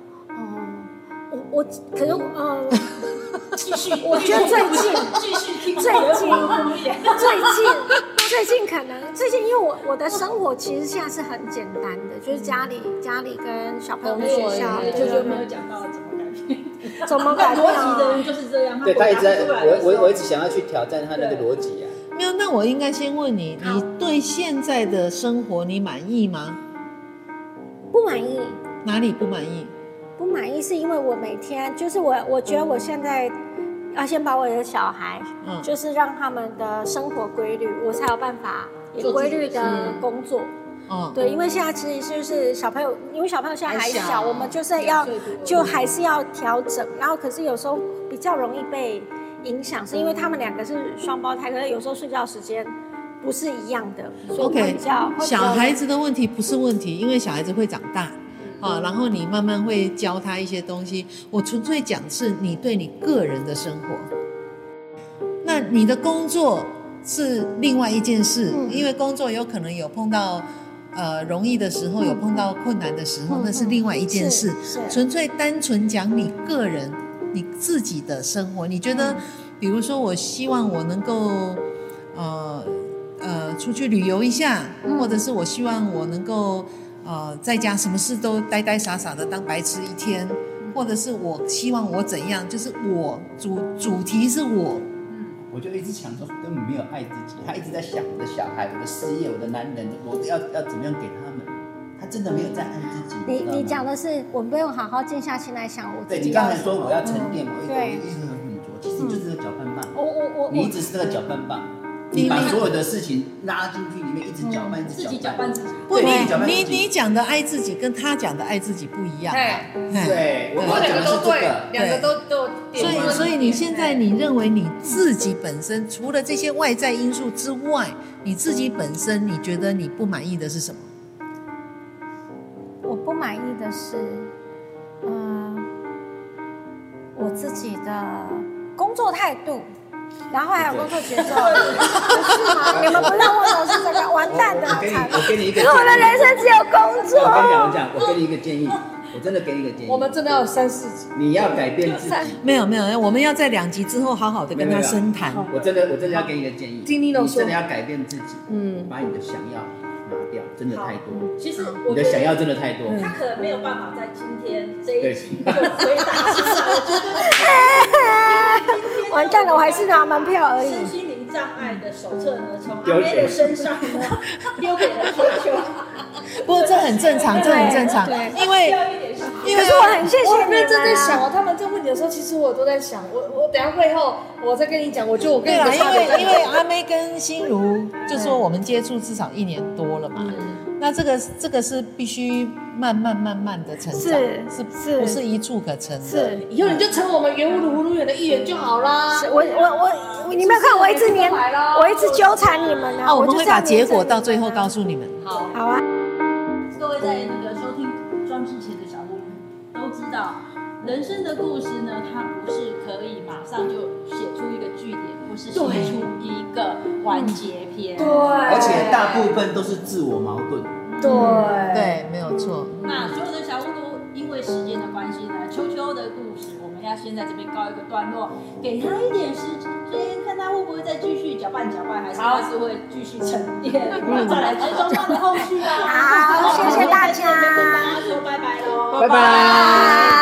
Speaker 5: 我可是嗯，
Speaker 2: 嗯 继续，
Speaker 5: 我觉得最近
Speaker 2: 继续听
Speaker 5: 最近
Speaker 2: 我的
Speaker 5: 最近最近可能最近，因为我我的生活其实现在是很简单的，就是家里家里跟小朋友的学校，
Speaker 2: 对，
Speaker 5: 就
Speaker 2: 就是就没有讲到怎么改变。
Speaker 5: 怎么
Speaker 2: 逻
Speaker 5: 改变啊
Speaker 2: 辑的人就是这样，
Speaker 4: 对
Speaker 2: 他
Speaker 4: 他一直在，
Speaker 2: 回答不出来
Speaker 4: 我
Speaker 2: 的时候
Speaker 4: 我我一直想要去挑战他那个逻辑啊。
Speaker 3: 没有，那我应该先问你，
Speaker 5: 好
Speaker 3: 你对现在的生活你满意吗？
Speaker 5: 不满意。
Speaker 3: 哪里不满意？
Speaker 5: 不满意是因为我每天就是我，我觉得我现在要先把我的小孩，
Speaker 3: 嗯
Speaker 5: 就是让他们的生活规律，我才有办法有规律的
Speaker 2: 嗯
Speaker 5: 工作。
Speaker 3: 哦，
Speaker 5: 对，因为现在其实就是小朋友，因为小朋友现在还小，
Speaker 3: 还小
Speaker 5: 我们就是要
Speaker 2: 最多
Speaker 5: 就还是要调整。然后可是有时候比较容易被影响，是因为他们两个是双胞胎，可是有时候睡觉时间不是一样的，所以我
Speaker 3: OK，
Speaker 5: 会比较会比较
Speaker 3: 小孩子的问题不是问题，因为小孩子会长大，啊，然后你慢慢会教他一些东西。我纯粹讲是你对你个人的生活，那你的工作是另外一件事，
Speaker 5: 嗯
Speaker 3: 因为工作有可能有碰到呃容易的时候，有碰到困难的时候，
Speaker 5: 嗯
Speaker 3: 那是另外一件事。
Speaker 5: 是是
Speaker 3: 纯粹单纯讲你个人你自己的生活，你觉得，比如说，我希望我能够，呃呃，出去旅游一下，或者是我希望我能够，呃，在家什么事都呆呆傻傻的当白痴一天，或者是我希望我怎样，就是我主主题是我，
Speaker 6: 我就一直想说，根本没有爱自己，他一直在想我的小孩、我的事业、我的男人，我要要怎么样给他们，他真的没有在爱自己。
Speaker 5: 你
Speaker 6: 知道吗
Speaker 5: 你讲的是我们不用好好静下心来想我自
Speaker 6: 对
Speaker 5: 己
Speaker 6: 你
Speaker 5: 要
Speaker 6: 刚
Speaker 5: 什
Speaker 6: 才
Speaker 5: 么。嗯
Speaker 6: 说我要沉淀，我一
Speaker 5: 对
Speaker 6: 直一直很浑浊，其实你就是个搅拌棒，
Speaker 5: 我我我
Speaker 6: 你
Speaker 5: 我嗯
Speaker 6: 一直是那个搅拌棒，
Speaker 3: 你
Speaker 6: 你把所有的事情拉进去里面，一直搅拌，一直
Speaker 2: 嗯自己搅
Speaker 6: 拌
Speaker 2: 拌。自己。
Speaker 3: 不，
Speaker 6: 对
Speaker 3: 你
Speaker 6: 你讲的
Speaker 3: 你
Speaker 6: 自己
Speaker 3: 你讲的爱自己跟他讲的爱自己不一样啊，哎
Speaker 6: 对，我我讲的是这个。
Speaker 3: 两个都都，所以所以你现在你认为你自己本身除了这些外在因素之外，你自己本身你觉得你不满意的是什么？
Speaker 5: 我不满意的是，嗯、我自己的工作态度，然后还有工作节奏，不是吗？ 你们不让我老是这个，完蛋的，
Speaker 6: 我
Speaker 5: 好
Speaker 6: 给你，
Speaker 5: 惨！
Speaker 6: 我给你一个建
Speaker 5: 可是
Speaker 6: 议。
Speaker 5: 我的人生只有工
Speaker 6: 我跟你讲，我
Speaker 5: 作，
Speaker 6: 讲，我给你一个建议，我真的给你一个建议。
Speaker 1: 我们真的要有三四集，
Speaker 6: 你要改变自己。
Speaker 3: 没有没有，我们要在两集之后好好的跟他深谈。
Speaker 6: 我真的，我真的要给你一个建议，
Speaker 1: 听你都
Speaker 6: 你
Speaker 1: 说
Speaker 6: 真的要改变自己，
Speaker 1: 嗯，
Speaker 6: 把你的想要拿掉，真的太多，
Speaker 2: 其实
Speaker 6: 你
Speaker 2: 我
Speaker 6: 的
Speaker 2: 觉
Speaker 6: 想
Speaker 2: 得
Speaker 6: 要真的太多。
Speaker 1: 嗯
Speaker 2: 他可能没有办法在今天这一集就回答出来。我觉得
Speaker 5: 完蛋了，我还是拿门票而
Speaker 2: 身
Speaker 5: 已。
Speaker 2: 心灵障碍的手册呢，从阿妹的身上呢丢给了球球，
Speaker 3: 不过这很正常，这很正常，因为
Speaker 2: 掉一点时间。
Speaker 3: 因
Speaker 5: 可
Speaker 3: 为
Speaker 5: 是我很谢
Speaker 1: 我
Speaker 5: 谢
Speaker 1: 很
Speaker 5: 你们
Speaker 1: 认真在想
Speaker 5: 啊。
Speaker 1: 哦，他们在问你的时候，其实我都在想，我我等一下会后我再跟你讲，我觉得我跟
Speaker 3: 对
Speaker 1: 你
Speaker 5: 啊
Speaker 3: 啦，
Speaker 1: 的
Speaker 3: 因
Speaker 1: 差别
Speaker 3: 为
Speaker 1: 在
Speaker 3: 因为阿妹跟心如就说我们接触至少一年多了嘛，那这个这个是必须慢慢慢慢的成长，
Speaker 5: 是
Speaker 3: 是
Speaker 5: 是
Speaker 3: 不是一触可成的？
Speaker 1: 是，以后你就成我们圆舞芦芦园的一员就好啦。
Speaker 5: 是我我我，你没有看我一直黏，我一直纠缠你们啊！
Speaker 3: 啊，我们
Speaker 5: 就
Speaker 3: 会
Speaker 5: 是要
Speaker 3: 把结果
Speaker 5: 黏着你们啊
Speaker 3: 到最后告诉你们。
Speaker 2: 好，
Speaker 5: 好啊。
Speaker 2: 各位在那个收听古装之前的小伙伴都知道，人生的故事呢，它不是可以马上就写出一个句点，或是写出一个完结篇。
Speaker 1: 对，
Speaker 6: 而且大部分都是自我矛盾，
Speaker 1: 对
Speaker 3: 对，没有错。
Speaker 2: 那所有的小屋都因为时间的关系呢，秋秋的故事我们要先在这边告一个段落，给他一点时间，看他会不会再继续讲搅拌搅拌，还是它是会继续沉淀，再来追踪它的后续啊。
Speaker 5: 嗯好谢谢大家
Speaker 2: 跟大家说拜拜喽，
Speaker 4: 拜拜。